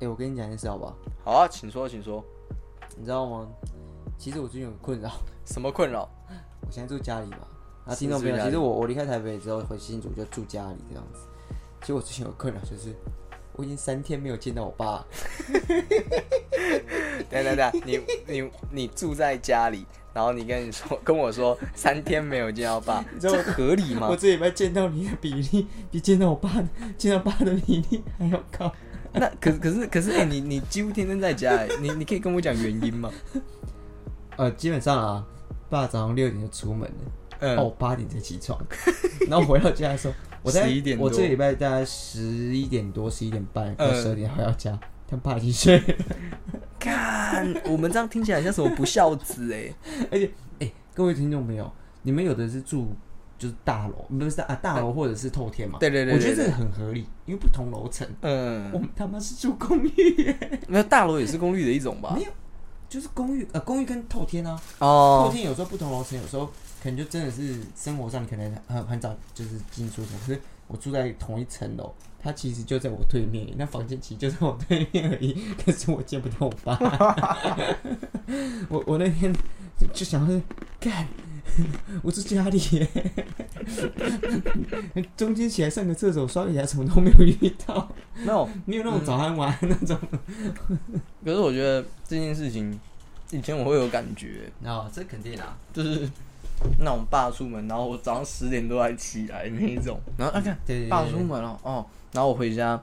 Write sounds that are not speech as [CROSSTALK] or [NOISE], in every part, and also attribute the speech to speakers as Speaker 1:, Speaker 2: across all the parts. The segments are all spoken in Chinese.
Speaker 1: 哎、我跟你讲件事好不好？
Speaker 2: 好啊，请说，请说，
Speaker 1: 你知道吗？其实我最近有个困扰，
Speaker 2: 什么困扰？
Speaker 1: 我现在住家里嘛。啊，
Speaker 2: 是
Speaker 1: 听众朋
Speaker 2: 住
Speaker 1: 友，
Speaker 2: 家里
Speaker 1: 其实我我离开台北之后回新竹就住家里这样子。其实我最近有个困扰就是，我已经三天没有见到我爸了。
Speaker 2: 等
Speaker 1: [LAUGHS]
Speaker 2: 等等，你你你住在家里，然后你跟你说跟我说三天没有见到
Speaker 1: [LAUGHS]
Speaker 2: 爸，
Speaker 1: 知道我
Speaker 2: 这合理吗
Speaker 1: 我？这礼拜见到你的比例比见到我爸的见到爸的比例还要高。
Speaker 2: 那可可是可是哎、你你几乎天天在家、哎，你你可以跟我讲原因吗？
Speaker 1: [LAUGHS] 呃，基本上啊，爸早上六点就出门了。
Speaker 2: 嗯，
Speaker 1: 哦，我八点才起床， [LAUGHS] 然后回到家的时候，我在
Speaker 2: 11点多
Speaker 1: 我这个礼拜大概十一点多、十一点半到
Speaker 2: 嗯
Speaker 1: 十二点回到家，但爸已经睡了。
Speaker 2: 看我们这样听起来像什么不孝子哎、
Speaker 1: [LAUGHS] 各位听众朋友，你们有的是住就是大楼，不是啊大楼或者是透天嘛？
Speaker 2: 哎对对对对
Speaker 1: 我觉得这个很合理，因为不同楼层，我
Speaker 2: 嗯，
Speaker 1: 们他妈是住公寓 [LAUGHS] 耶，
Speaker 2: 那大楼也是公寓的一种吧
Speaker 1: [LAUGHS] 没？有，就是公寓呃公寓跟透天啊，透
Speaker 2: 哦，
Speaker 1: 天有时候不同楼层，有时候可能就真的是生活上你可能很很早就是进出什么，可是我住在同一层楼，他其实就在我对面，那房间其实就在我对面而已，可是我见不到我 [LAUGHS] 爸。我我那天就想是干，我住家里耶， [LAUGHS] 中间起来上个厕所、刷个牙什么都没有遇到，
Speaker 2: 没有。
Speaker 1: 没有那种早安晚安那种。
Speaker 2: 可是我觉得这件事情，以前我会有感觉，
Speaker 1: 哦，这肯定啊，
Speaker 2: 就是那种爸出门，然后我早上十点多才起来那一种，然后啊看
Speaker 1: 对对对
Speaker 2: 爸出门了哦，然后我回家，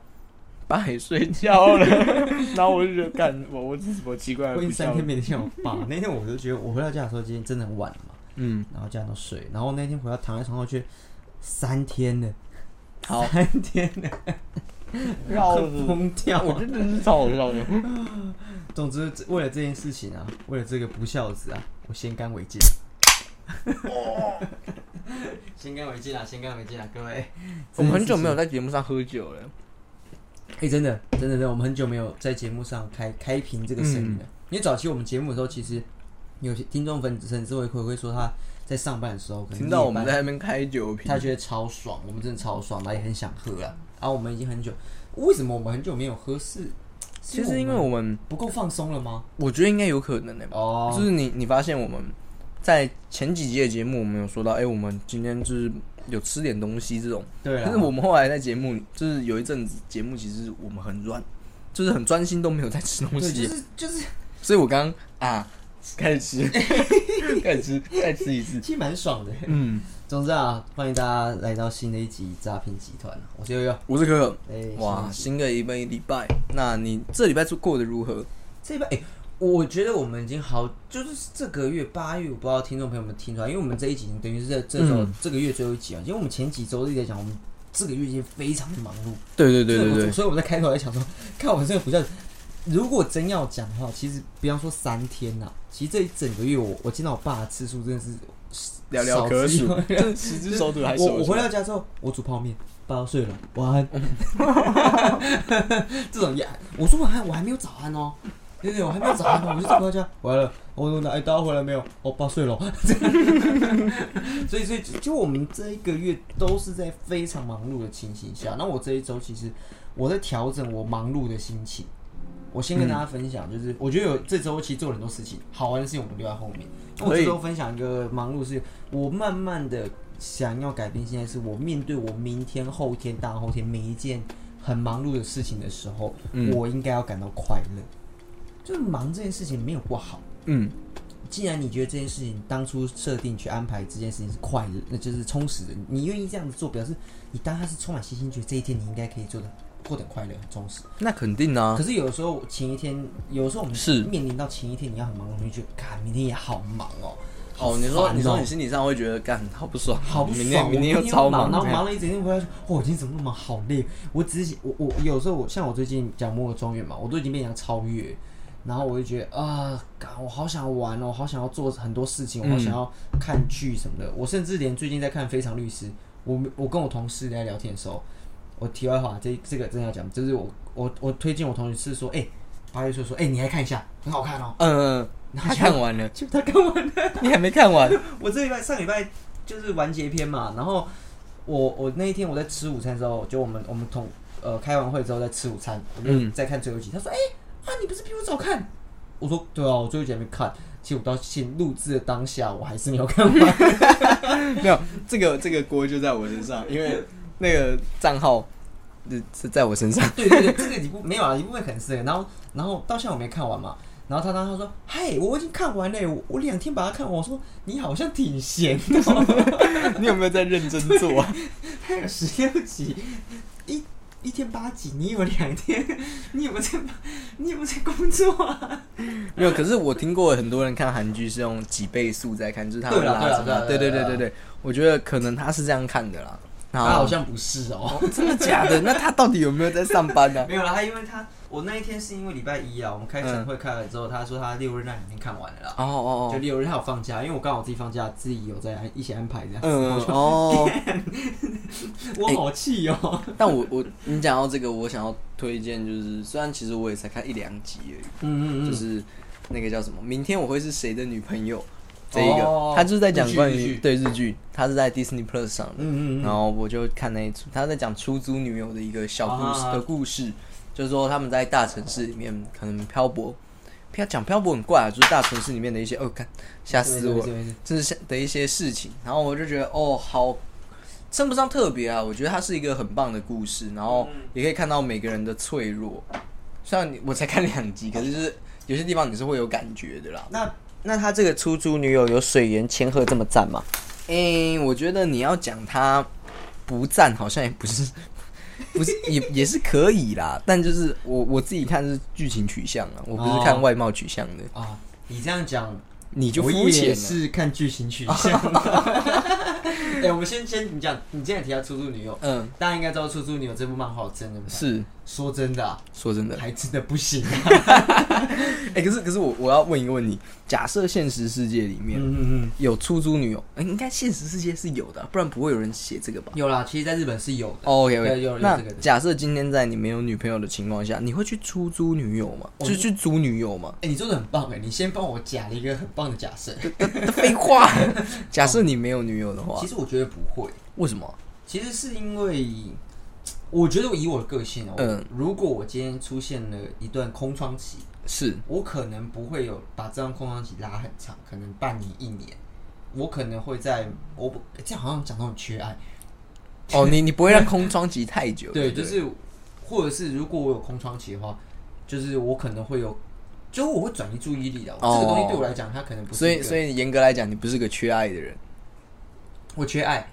Speaker 2: 爸也睡觉了， [LAUGHS] 然后我就觉得干我我是什么奇怪的
Speaker 1: 我已
Speaker 2: 不
Speaker 1: 经三
Speaker 2: 孝
Speaker 1: 天
Speaker 2: 子，
Speaker 1: 没见我 [LAUGHS] 爸。那天我就觉得我回到家的时候，今天真的很晚了嘛，
Speaker 2: 嗯，
Speaker 1: 然后家人都睡，然后那天回到躺在床上去三天了，
Speaker 2: 好，
Speaker 1: [LAUGHS] 三天了，
Speaker 2: 绕子。
Speaker 1: 疯掉
Speaker 2: 嗯我
Speaker 1: 啊。
Speaker 2: 真的是超好笑的，
Speaker 1: 总之，这为了这件事情啊，为了这个不孝子啊，我先干为敬。 [LAUGHS] 先干为敬啊，先干为敬啊，各位。
Speaker 2: 我们很久没有在节目上喝酒了，
Speaker 1: 哎、真的，真的，真的，我们很久没有在节目上开开屏这个声音了。因为早期我们节目的时候，其实有些听众粉甚至会会会说他在上班的啊时候，可能
Speaker 2: 听到我
Speaker 1: 夜班
Speaker 2: 们在那边开酒瓶
Speaker 1: 他，觉得超爽，我们真的超爽，然后也很想喝啊。然后我们已经很久，为什么我们很久没有喝？是，
Speaker 2: 其
Speaker 1: 是
Speaker 2: 实因为
Speaker 1: 我们
Speaker 2: 我们，
Speaker 1: 不够放松了吗？
Speaker 2: 我觉得应该有可能的、
Speaker 1: 哦，
Speaker 2: 就是你你发现我们在前几集的节目，我们有说到，哎、我们今天就是有吃点东西这种。
Speaker 1: 对
Speaker 2: 但
Speaker 1: 了
Speaker 2: 是，我们后来在节目，就是有一阵子节目，其实我们很乱，就是很专心，都没有在吃东
Speaker 1: 对，
Speaker 2: 西。
Speaker 1: 就是就是， [LAUGHS]
Speaker 2: 所以我刚刚啊，开始吃，开始吃，再吃一次。
Speaker 1: 其实蛮爽的。
Speaker 2: 嗯，
Speaker 1: 总之啊，欢迎大家来到新的一集诈骗集团啊我是悠悠。
Speaker 2: 我是可可。
Speaker 1: 哎，
Speaker 2: 哇，
Speaker 1: 新的一集
Speaker 2: 新的一个礼拜，那你这礼拜是过得如何？
Speaker 1: 这一拜哎。我觉得我们已经好，就是这个月八月，我不知道听众朋友们听出来，因为我们这一集等于是这这周、
Speaker 2: 嗯
Speaker 1: 这个月最后一集啊。因为我们前几周一直在讲，我们这个月已经非常的忙碌，
Speaker 2: 对对
Speaker 1: 所以我，所以我在开头在想说，看我们这个不孝子，如果真要讲的话，其实不要说三天呐、其实这一整个月我我见到我爸的次数真的是
Speaker 2: 寥寥可数
Speaker 1: 少，之又
Speaker 2: 这十只手指还数
Speaker 1: 我
Speaker 2: 得
Speaker 1: 我
Speaker 2: 出
Speaker 1: 回
Speaker 2: 来。
Speaker 1: 到家之后，我煮泡面，爸要睡了，晚安。这种也，我说晚安，我还没有早安哦。对对，我还没有早安哦，我就走到家，完了，我说哎，大家回来没有？我、爸睡了。 [LAUGHS] 这样所以，所以就就我们这一个月都是在非常忙碌的情形下，那我这一周其实我在调整我忙碌的心情。我先跟大家分享，就是我觉得有这周其实做了很多事情，好玩的事情我们留在后面。那我
Speaker 2: 可以
Speaker 1: 这周分享一个忙碌是，我慢慢的想要改变，现在是我面对我明天、后天、大后天每一件很忙碌的事情的时候，
Speaker 2: 嗯
Speaker 1: 我应该要感到快乐。就是忙这件事情没有不好，
Speaker 2: 嗯，
Speaker 1: 既然你觉得这件事情当初设定去安排这件事情是快乐，那就是充实的，你愿意这样子做，表示你当下是充满信心，觉得这一天你应该可以做的过得很快乐、很充实。
Speaker 2: 那肯定啊
Speaker 1: 可。是有时候前一天，有时候我们
Speaker 2: 是
Speaker 1: 面临到前一天你要很忙碌，你就觉得，看明天也好忙哦。好
Speaker 2: 哦，你说
Speaker 1: 烦
Speaker 2: 你说
Speaker 1: 哦
Speaker 2: 你心理上会觉得干好不爽，
Speaker 1: 好不爽，
Speaker 2: 明天
Speaker 1: 我
Speaker 2: 明天又
Speaker 1: 又
Speaker 2: 超
Speaker 1: 忙，然后
Speaker 2: 这
Speaker 1: 忙
Speaker 2: 样
Speaker 1: 了一整天回来说，哇，我今天怎么那么好累？我只是我我有时候我像我最近讲《摩尔庄园》嘛，我都已经被人家超越，然后我就觉得啊，干我好想玩哦，我好想要做很多事情，我好
Speaker 2: 嗯
Speaker 1: 想要看剧什么的。我甚至连最近在看《非常律师》我，我跟我同事在聊天的时候，我题外话，这这个真的要讲，就是我我我推荐我同事说，哎、八月说说，哎、你来看一下，很好看哦。 [LAUGHS]
Speaker 2: 嗯，
Speaker 1: 然
Speaker 2: 他
Speaker 1: 后就
Speaker 2: 看完了，
Speaker 1: 就他跟我
Speaker 2: 你还没看完，
Speaker 1: 我这礼拜上礼拜就是完结篇嘛，然后我我那一天我在吃午餐的时候，就我们我们同呃开完会之后再吃午餐，我们再看最后一集。他说：“哎、啊，你不是比我早看？”我说：“对啊，我最后一集还没看。”其实我到现录制的当下，我还是没有看完。 [LAUGHS]
Speaker 2: 没有这个这个锅就在我身上，因为那个账号是是在我身上。
Speaker 1: 对对对，这个一部没有啊，一部分可能是这个。然后然后到现在我没看完嘛。然后他当时说：“嗨，我已经看完了，我我两天把它看完。”我说：“你好像挺闲的哦、
Speaker 2: 你有没有在认真做啊？
Speaker 1: 还有十六集，一一天八集，你有两天，你有没有在，你有没有在工作啊？
Speaker 2: 没有，可是我听过很多人看韩剧是用几倍速在看，就是他
Speaker 1: 对啦
Speaker 2: 拉
Speaker 1: 对啦
Speaker 2: 着嘛。
Speaker 1: 对
Speaker 2: 对
Speaker 1: 啦对
Speaker 2: 对对
Speaker 1: 啦
Speaker 2: 对对，我觉得可能他是这样看的啦。然
Speaker 1: 他
Speaker 2: 后
Speaker 1: 好像不是哦，
Speaker 2: 真的假的？那他到底有没有在上班
Speaker 1: [LAUGHS]
Speaker 2: 呢、啊
Speaker 1: 没有啦，他因为他我那一天是因为礼拜一啊，我们开晨会开了之后，他说他六日那两天看完了啦，
Speaker 2: 哦嗯哦
Speaker 1: 就
Speaker 2: 哦，
Speaker 1: 六日他有放假，因为我刚好自己放假，自己有在一起安排这样子， [LAUGHS]
Speaker 2: 嗯哎
Speaker 1: 我
Speaker 2: 哦。
Speaker 1: 就 [LAUGHS] 我好气哦、
Speaker 2: 但我我你讲到这个，我想要推荐就是，虽然其实我也才看一两集而已，
Speaker 1: 嗯嗯嗯，
Speaker 2: 就是那个叫什么《明天我会是谁的女朋友》这一个，
Speaker 1: 哦
Speaker 2: 他就是在讲
Speaker 1: 日剧
Speaker 2: 关
Speaker 1: 日
Speaker 2: 于
Speaker 1: 剧
Speaker 2: 对日剧，他是在 Disney Plus 上的，
Speaker 1: 嗯嗯嗯
Speaker 2: 然后我就看那一出，他在讲出租女友的一个小故事
Speaker 1: 啊
Speaker 2: 的故事，就是说他们在大城市里面可能漂泊，漂讲漂泊很怪啊，就是大城市里面的一些，哦，看吓死我了，
Speaker 1: 对对对
Speaker 2: 就是像的一些事情，然后我就觉得哦，好称不上特别啊，我觉得它是一个很棒的故事，然后
Speaker 1: 嗯
Speaker 2: 也可以看到每个人的脆弱。虽然你我才看两集，可是就是有些地方你是会有感觉的啦。
Speaker 1: 那
Speaker 2: 那他这个出租女友有水原千鹤这么赞吗？诶、我觉得你要讲他不赞，好像也不是， [LAUGHS] 不是也也是可以啦。但就是我我自己看是剧情取向啊，我不是看
Speaker 1: 哦
Speaker 2: 外貌取向的。
Speaker 1: 啊，你这样讲。
Speaker 2: 你就
Speaker 1: 我
Speaker 2: 肤浅
Speaker 1: 也
Speaker 2: 了。
Speaker 1: 是看剧情取
Speaker 2: [LAUGHS]
Speaker 1: 向的。哎、我们先先你讲，你现在提到《出租女友》，
Speaker 2: 嗯，
Speaker 1: 大家应该知道《出租女友》这部漫画我真的不
Speaker 2: 是
Speaker 1: 说真的、啊，
Speaker 2: 说真的，
Speaker 1: 还真的不行、啊。
Speaker 2: 哎、可是可是我我要问一个问题：假设现实世界里
Speaker 1: [LAUGHS]
Speaker 2: 面
Speaker 1: 嗯嗯嗯，
Speaker 2: 有出租女友，哎、应该现实世界是有的啊，不然不会有人写这个吧
Speaker 1: 有啦，其实在日本是有的。
Speaker 2: ？OK
Speaker 1: 有有有
Speaker 2: OK，
Speaker 1: 这
Speaker 2: 那
Speaker 1: 个的
Speaker 2: 假设今天在你没有女朋友的情况下，你会去出租女友吗？
Speaker 1: 哦
Speaker 2: 就去租女友吗？ [LAUGHS]
Speaker 1: 哎、你做的很棒哎、你先帮我假了一个很棒的假设。
Speaker 2: 废话， [LAUGHS] 假设你没有女友的话
Speaker 1: 其，实我觉得不会，
Speaker 2: 为什么？
Speaker 1: 其实是因为我觉得以我的个性哦、
Speaker 2: 嗯
Speaker 1: 如果我今天出现了一段空窗期，
Speaker 2: 是
Speaker 1: 我可能不会有把这段空窗期拉很长，可能半年一年，我可能会在我不这样好像讲到很缺爱，
Speaker 2: 哦，你你不会让空窗期太
Speaker 1: [LAUGHS]
Speaker 2: 久，
Speaker 1: 对，
Speaker 2: 不
Speaker 1: 就是或者是如果我有空窗期的话，就是我可能会有，就我会转移注意力的。
Speaker 2: 哦
Speaker 1: 这个东西对我来讲，它可能不是
Speaker 2: 所以所
Speaker 1: 以
Speaker 2: 以严格来讲，你不是个缺爱的人。
Speaker 1: 我缺爱，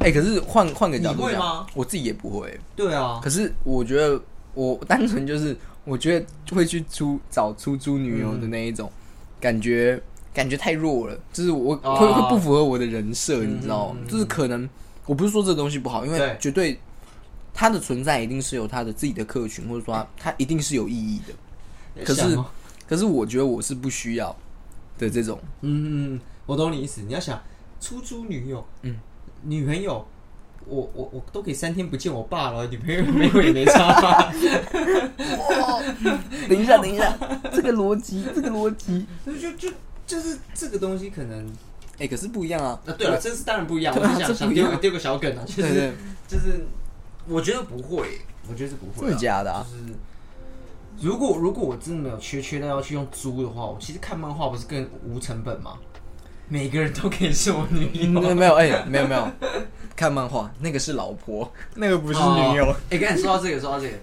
Speaker 2: 哎、可是换换个角
Speaker 1: 你
Speaker 2: 度
Speaker 1: 会
Speaker 2: 讲
Speaker 1: 吗，
Speaker 2: 我自己也不会。
Speaker 1: 对啊，
Speaker 2: 可是我觉得我单纯就是，我觉得会去租找出租女友的那一种，感觉感觉太弱了，就是我
Speaker 1: 哦
Speaker 2: 会、会不符合我的人设，
Speaker 1: 嗯
Speaker 2: 你知道吗
Speaker 1: 嗯？嗯
Speaker 2: 就是可能我不是说这东西不好，因为
Speaker 1: 对
Speaker 2: 绝对它的存在一定是有它的自己的客群，或者说它它一定是有意义的。可是
Speaker 1: 想哦
Speaker 2: 可是我觉得我是不需要的这种，
Speaker 1: 嗯，嗯嗯我懂你意思。你要想出租女友，
Speaker 2: 嗯，
Speaker 1: 女朋友。我我我都可以三天不见我爸了，女朋友没有也没差
Speaker 2: [LAUGHS]
Speaker 1: 吧？
Speaker 2: 等一下，等一下， [LAUGHS] 这个逻辑，这个逻辑，
Speaker 1: 所以就就就是这个东西可能
Speaker 2: 哎、可是不一样啊。
Speaker 1: 啊，对了，这是当然不一样，我
Speaker 2: 对啊
Speaker 1: 是想
Speaker 2: 这
Speaker 1: 想
Speaker 2: 不一样
Speaker 1: 丢个丢个小梗啊，就
Speaker 2: 对
Speaker 1: 是
Speaker 2: 对，
Speaker 1: 就是，我觉得不会，我觉得 [LAUGHS] 是不会啊，
Speaker 2: 真的假的啊
Speaker 1: 就是如果如果我真的没有缺缺到要去用租的话，我其实看漫画不是更无成本吗？每个人都可以是我女友，
Speaker 2: 嗯没有，哎、没有没有，看漫画那个是老婆， [LAUGHS] 那 [LAUGHS] 个不是女友。
Speaker 1: 哦。哎、刚才说到这个，说到这个，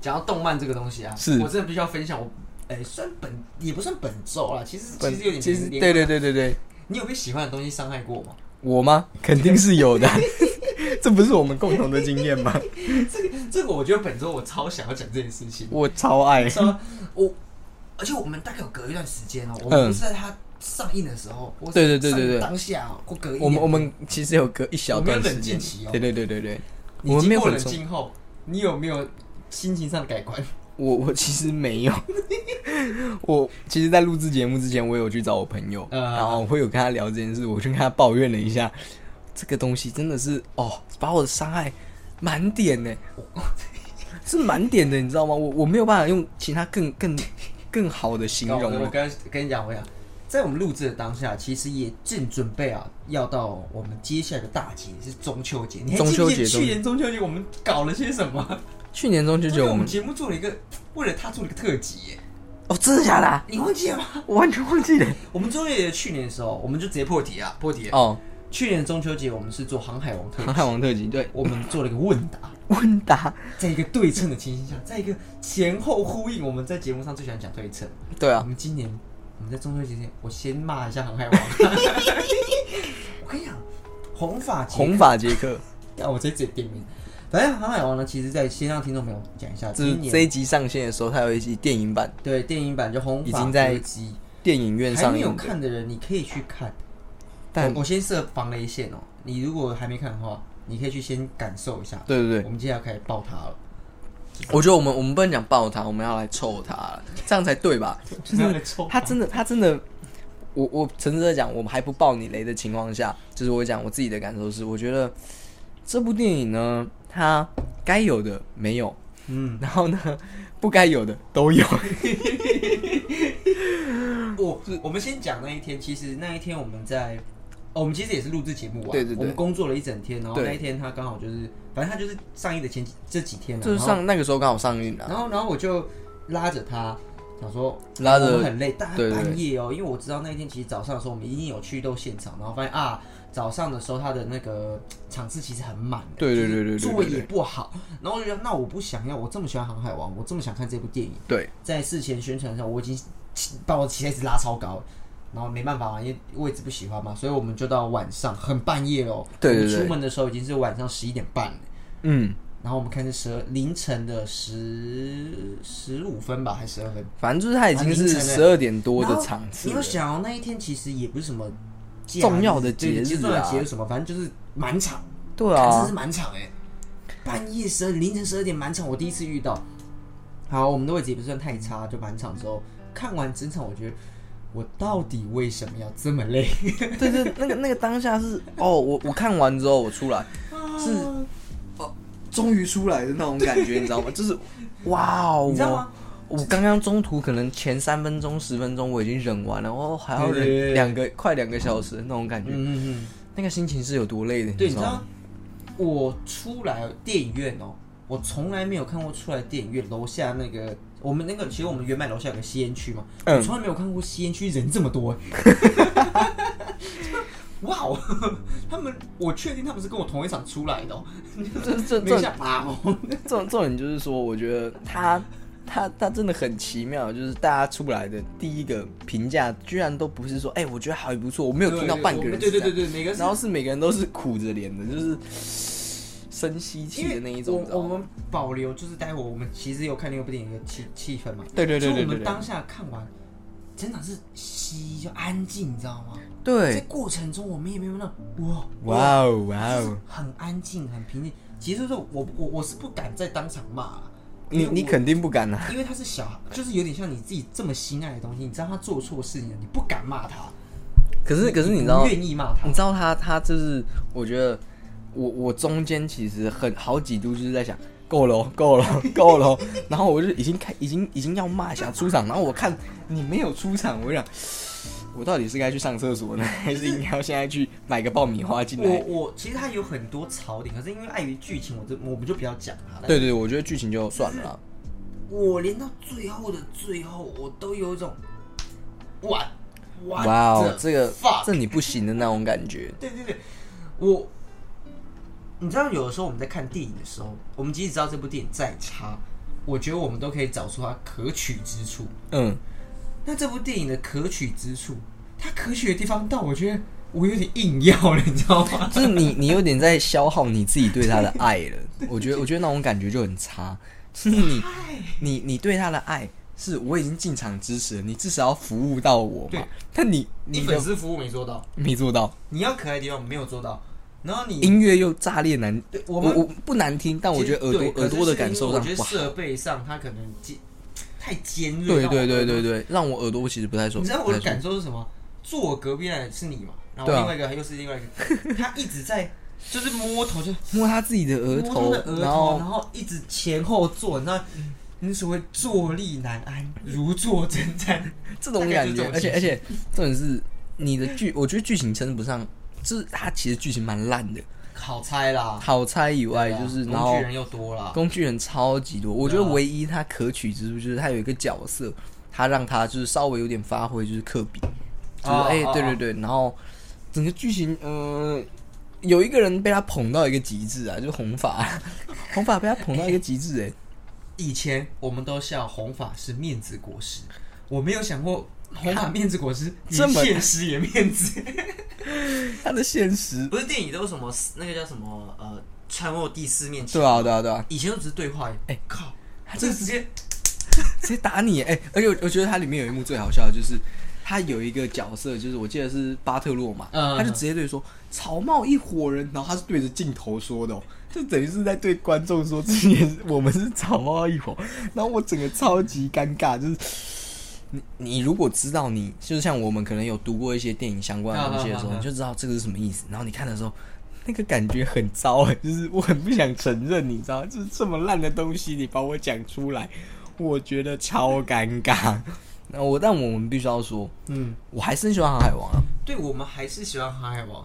Speaker 1: 讲到动漫这个东西啊，
Speaker 2: 是
Speaker 1: 我真的必须要分享我。哎、算本也不算本周啦，其实
Speaker 2: 本
Speaker 1: 其实有点
Speaker 2: 其实
Speaker 1: 连
Speaker 2: 对对对对对，
Speaker 1: 你有被喜欢的东西伤害过吗？ [LAUGHS]
Speaker 2: 我吗？ [LAUGHS] 肯定是有的， [LAUGHS] 这不是我们共同的经验吗？ [LAUGHS]
Speaker 1: 这个这个，我觉得本周我超想要讲这件事
Speaker 2: [LAUGHS]
Speaker 1: 情。
Speaker 2: 我超爱，
Speaker 1: 说我，而且我们大概有隔一段时间哦、我
Speaker 2: 嗯
Speaker 1: 们不是在它上映的时候，我是
Speaker 2: 对对对
Speaker 1: 上映
Speaker 2: 对对
Speaker 1: 当下哦、我隔一
Speaker 2: [LAUGHS] 我们
Speaker 1: 年
Speaker 2: 我们其实有隔一小段时
Speaker 1: 我们有冷
Speaker 2: 间
Speaker 1: 静期哦，
Speaker 2: 对对对对对，
Speaker 1: 你
Speaker 2: 我们没
Speaker 1: 经
Speaker 2: 有
Speaker 1: 过
Speaker 2: 很
Speaker 1: 冷
Speaker 2: 冲
Speaker 1: 静后，你有没有心情上的改观？
Speaker 2: 我我其实没有，我其实，在录制节目之前，我有去找我朋友，
Speaker 1: 嗯
Speaker 2: 然后我会有跟他聊这件事，我去跟他抱怨了一下，这个东西真的是哦，把我的伤害满点呢， [LAUGHS] 是满点的，你哦知道吗？我我没有办法用其他更更更好的形
Speaker 1: 搞
Speaker 2: 容
Speaker 1: 得我
Speaker 2: 了，
Speaker 1: 跟跟你讲，我讲啊在我们录制的当下，其实也正准备啊，要到我们接下来的大节是中秋节。你还
Speaker 2: 中
Speaker 1: 记不
Speaker 2: 秋
Speaker 1: 记得
Speaker 2: 节中
Speaker 1: 去年中秋节我们搞了些什
Speaker 2: [LAUGHS]
Speaker 1: 么？
Speaker 2: 去年中秋
Speaker 1: 就
Speaker 2: 节
Speaker 1: 是我
Speaker 2: 我
Speaker 1: 们
Speaker 2: 们
Speaker 1: 节目做了一个，为了他做了一个特辑耶，
Speaker 2: 哦，真的假的啊？
Speaker 1: 你忘记了吗？
Speaker 2: 我完全忘记了。
Speaker 1: 我们中秋节去年的时候，我们就直接破题啊，破题。
Speaker 2: 哦，
Speaker 1: 去年中秋节我们是做航海王特
Speaker 2: 《
Speaker 1: 辑
Speaker 2: 航，海王特辑》 [LAUGHS] 对，
Speaker 1: 我们做了一个问答，
Speaker 2: 问答
Speaker 1: 在一个对称的情形下，在一个前后呼应，我们在节目上最喜欢讲对称。
Speaker 2: 对
Speaker 1: 我
Speaker 2: 啊，
Speaker 1: 们今年我们在中秋节前，我先骂一下航海王。 [LAUGHS] 我跟你讲，红发节，
Speaker 2: 红发杰克，
Speaker 1: 啊，我直接直接点名。反正航海王呢，其实在先让听众朋友讲一下，
Speaker 2: 就
Speaker 1: 今
Speaker 2: 是这
Speaker 1: 年
Speaker 2: 一集上线的时候，它有一集电影版，
Speaker 1: 对电影版就红
Speaker 2: 已
Speaker 1: 发
Speaker 2: 经在
Speaker 1: 国际
Speaker 2: 电影院
Speaker 1: 还
Speaker 2: 上
Speaker 1: 没有
Speaker 2: 映的。嗯
Speaker 1: 看的人，你可以去看。
Speaker 2: 但
Speaker 1: 我我先设防雷线哦，你如果还没看的话，你可以去先感受一下。
Speaker 2: 对对
Speaker 1: 我
Speaker 2: 对，
Speaker 1: 们接下来开始爆它了，
Speaker 2: 我觉得我们我们不能讲爆他，我们要来臭他了，这样才对吧？
Speaker 1: 就是那个臭
Speaker 2: 他真的，他真的，我我诚实的讲，我们还不爆你雷的情况下，就是我讲我自己的感受是，我觉得这部电影呢，它该有的没有，
Speaker 1: 嗯，
Speaker 2: 然后呢， [LAUGHS] 不该有的
Speaker 1: [LAUGHS]
Speaker 2: 都有。
Speaker 1: 我我们先讲那一天，其实那一天我们在，哦、我们其实也是录制节目啊，
Speaker 2: 对对对
Speaker 1: 我们工作了一整天，然后
Speaker 2: 对
Speaker 1: 那一天他刚好就是，反正他就是上映的前几这几天、啊，
Speaker 2: 就是
Speaker 1: 然后，
Speaker 2: 上那啊个时候刚好上映了、
Speaker 1: 然后然后我就拉着他。想说哎
Speaker 2: 拉着
Speaker 1: 我哦们很累，大
Speaker 2: 对对对
Speaker 1: 半夜哦，因为我知道那一天其实早上的时候我们一定有去到现场，然后发现啊，早上的时候他的那个场次其实很满，
Speaker 2: 对对对对对对
Speaker 1: 就是座位也不好，然后我就觉得那我不想要，我这么喜欢《航海王》，我这么想看这部电影，
Speaker 2: 对，
Speaker 1: 在事前宣传上，我已经起把我期待值拉超高了，然后没办法嘛，因为位置不喜欢嘛，所以我们就到晚上很半夜喽。
Speaker 2: 对对
Speaker 1: 我们
Speaker 2: 对
Speaker 1: 出门的时候已经是晚上十一点半了，
Speaker 2: 嗯，
Speaker 1: 然后我们看是十凌晨的十十五分吧，还是十二分
Speaker 2: 反正就是它已经
Speaker 1: 啊凌
Speaker 2: 是
Speaker 1: 晨欸
Speaker 2: 十二点多的场
Speaker 1: 然后
Speaker 2: 次
Speaker 1: 你
Speaker 2: 了
Speaker 1: 要，想哦，那一天其实也不是什么假日
Speaker 2: 重要的
Speaker 1: 对
Speaker 2: 节日啊
Speaker 1: 重要的节日什么，反正就是满场，
Speaker 2: 对
Speaker 1: 干真 [LAUGHS]
Speaker 2: 啊
Speaker 1: 是，满场哎、半夜十二凌晨十二点满场，我第一次遇到。好，我们的位置也不算太差，就满场之后看完整场，我觉得我到底为什么要这么累？
Speaker 2: 对对，那个那个当下是哦，我我看完之后我出来，是终于出来的那种感觉，你知道 [LAUGHS] 吗？就是哇哦，
Speaker 1: [LAUGHS] 你知道吗？
Speaker 2: 我刚刚中途可能前三分钟、十分钟我已经忍完了，我还要
Speaker 1: 对对对对
Speaker 2: 忍两个快两个小时那种感觉，
Speaker 1: 嗯嗯嗯，
Speaker 2: 那个心情是有多累的，
Speaker 1: 对，你
Speaker 2: 知
Speaker 1: 知
Speaker 2: 道
Speaker 1: 道
Speaker 2: 吗？
Speaker 1: 我出来电影院哦，我从来没有看过出来电影院楼下那个。我们那个其实我们原本楼下有个吸烟区嘛，
Speaker 2: 嗯
Speaker 1: 我从来没有看过吸烟区人这么
Speaker 2: [LAUGHS]
Speaker 1: 多、欸哇哦， [LAUGHS] 他们我确定他们是跟我同一场出来的、哦，
Speaker 2: [LAUGHS] 这这
Speaker 1: 没
Speaker 2: 这
Speaker 1: 下巴哦。
Speaker 2: 重重点就是说，我觉得他他他真的很奇妙，就是大家出来的第一个评价，居然都不是说，哎、我觉得还不错，我没有听到半个人
Speaker 1: 对对对
Speaker 2: 是这样
Speaker 1: 对，每个
Speaker 2: 然后是每个人都是苦着脸的，就是深吸气的那一种，你知
Speaker 1: 我
Speaker 2: 道
Speaker 1: 我
Speaker 2: 吗
Speaker 1: 们保留就是待会我们其实有看另一部电影的气气氛嘛，
Speaker 2: 对对
Speaker 1: 所
Speaker 2: 对
Speaker 1: 以
Speaker 2: 对
Speaker 1: 我们
Speaker 2: 对对
Speaker 1: 当下看完，真的是吸就安静，你知道吗？在
Speaker 2: 对，
Speaker 1: 过程中我们也没有那种哇
Speaker 2: 哇哦哇
Speaker 1: 就是
Speaker 2: 哦，
Speaker 1: 很安静很平静。其实说我我我是不敢在当场骂啦，
Speaker 2: 你
Speaker 1: 因为
Speaker 2: 你
Speaker 1: 我
Speaker 2: 肯定不敢啊，
Speaker 1: 因为他是小孩，就是有点像你自己这么心爱的东西，你知道他做错事情了，你不敢骂他，
Speaker 2: 可是可是你
Speaker 1: 你
Speaker 2: 知道
Speaker 1: 不，愿意骂他
Speaker 2: 你，知道他他就是，我觉得我我中间其实很好几度就是在想。够了哦，够了哦， [LAUGHS] 够了哦！然后我就已经开，已经已经要骂想出场，然后我看你没有出场，我就想，我到底是该去上厕所呢， [LAUGHS] 还是应该要现在去买个爆米花进
Speaker 1: 我
Speaker 2: 来？
Speaker 1: 我其实他有很多槽点，可是因为碍于剧情，我就我们就不要讲他了。
Speaker 2: 对对，我觉得剧情就算了啦。
Speaker 1: 我连到最后的最后，我都有一种哇哇
Speaker 2: 哇哦，这个
Speaker 1: fuck，
Speaker 2: 这你不行的那种感觉。
Speaker 1: 对对对，我你知道，有的时候我们在看电影的时候，我们即使知道这部电影再差，我觉得我们都可以找出它可取之处。
Speaker 2: 嗯，
Speaker 1: 那这部电影的可取之处，它可取的地方，但我觉得我有点硬要了，你知道吗？
Speaker 2: 就是你你有点在消耗你自己对他的爱了。
Speaker 1: [LAUGHS]
Speaker 2: 我觉得我觉得那种感觉就很差，就是你
Speaker 1: 哎，
Speaker 2: 你你对他的爱是我已经进场支持了，你至少要服务到我嘛
Speaker 1: 对。
Speaker 2: 但你
Speaker 1: 你
Speaker 2: 你
Speaker 1: 粉
Speaker 2: 的
Speaker 1: 丝服务没做到，
Speaker 2: 没做到，
Speaker 1: 你要可爱的地方没有做到，然后你
Speaker 2: 音乐又炸裂难，
Speaker 1: 对我
Speaker 2: 我
Speaker 1: 们
Speaker 2: 我不难听，但我觉得耳
Speaker 1: 对
Speaker 2: 朵
Speaker 1: 可
Speaker 2: 耳
Speaker 1: 是
Speaker 2: 朵
Speaker 1: 是
Speaker 2: 的
Speaker 1: 因
Speaker 2: 感
Speaker 1: 为
Speaker 2: 受
Speaker 1: 我
Speaker 2: 上
Speaker 1: 觉得
Speaker 2: 不好。
Speaker 1: 设备上它可能尖太尖锐。
Speaker 2: 对
Speaker 1: 让我
Speaker 2: 对对
Speaker 1: 耳朵
Speaker 2: 对对，让我耳朵其实不太舒服。
Speaker 1: 你知道我的
Speaker 2: 不太舒
Speaker 1: 感受是什么？坐我隔壁那的是你嘛，然后
Speaker 2: 对啊
Speaker 1: 另外一个又是另外一个，他一直在就是摸头，就
Speaker 2: 服摸他自己的额
Speaker 1: 摸他
Speaker 2: 头
Speaker 1: 的，额
Speaker 2: 然
Speaker 1: 头，
Speaker 2: 后
Speaker 1: 然后一直前后坐，你知道。你所谓坐立难安，如坐针毡，
Speaker 2: 这种感觉
Speaker 1: 大，
Speaker 2: 而
Speaker 1: 概就
Speaker 2: 且
Speaker 1: 是
Speaker 2: 而且重点是你的剧，我觉得剧情称不上，就是它其实剧情蛮烂的，
Speaker 1: 好猜啦。
Speaker 2: 好猜以外
Speaker 1: 对啊
Speaker 2: 就是然
Speaker 1: 工
Speaker 2: 后
Speaker 1: 具人又多啦，
Speaker 2: 工具人超级多，我觉
Speaker 1: 对啊
Speaker 2: 得唯一它可取之处就是它有一个角色，它让它就是稍微有点发挥，就是科比，就是
Speaker 1: 哦
Speaker 2: 哎、
Speaker 1: 哦
Speaker 2: 对
Speaker 1: 哦
Speaker 2: 对对，然后整个剧情，呃，有一个人被他捧到一个极致啊，就是红发， [LAUGHS] 红发被他捧到一个极致、哎。
Speaker 1: 以前我们都笑红发是面子果实，我没有想过红发面子果实
Speaker 2: 这
Speaker 1: 连
Speaker 2: 么
Speaker 1: 现实也面子。
Speaker 2: 他的现实，
Speaker 1: [LAUGHS] 不是电影都什么那个叫什么呃，穿过第四面墙。
Speaker 2: 对啊，对啊，对啊，
Speaker 1: 以前都只是对话。哎、靠，他这个直接
Speaker 2: 谁打你？哎、而且我我觉得它里面有一幕最好笑的就是。他有一个角色，就是我记得是巴特洛嘛，
Speaker 1: 嗯
Speaker 2: 他就直接对说草帽一伙人，然后他是对着镜头说的、哦，就等于是在对观众说，之前我们是草帽一伙，然后我整个超级尴尬，就是你你如果知道你就是像我们可能有读过一些电影相关的东西的时候，
Speaker 1: 嗯嗯嗯嗯
Speaker 2: 你就知道这个是什么意思，然后你看的时候。那个感觉很糟哎、就是我很不想承认，你知道，就是这么烂的东西，你把我讲出来，我觉得超尴尬。那我但我们必须要说，
Speaker 1: 嗯，
Speaker 2: 我还是很喜欢《航海王》啊。
Speaker 1: 对我们还是喜欢《航海王》。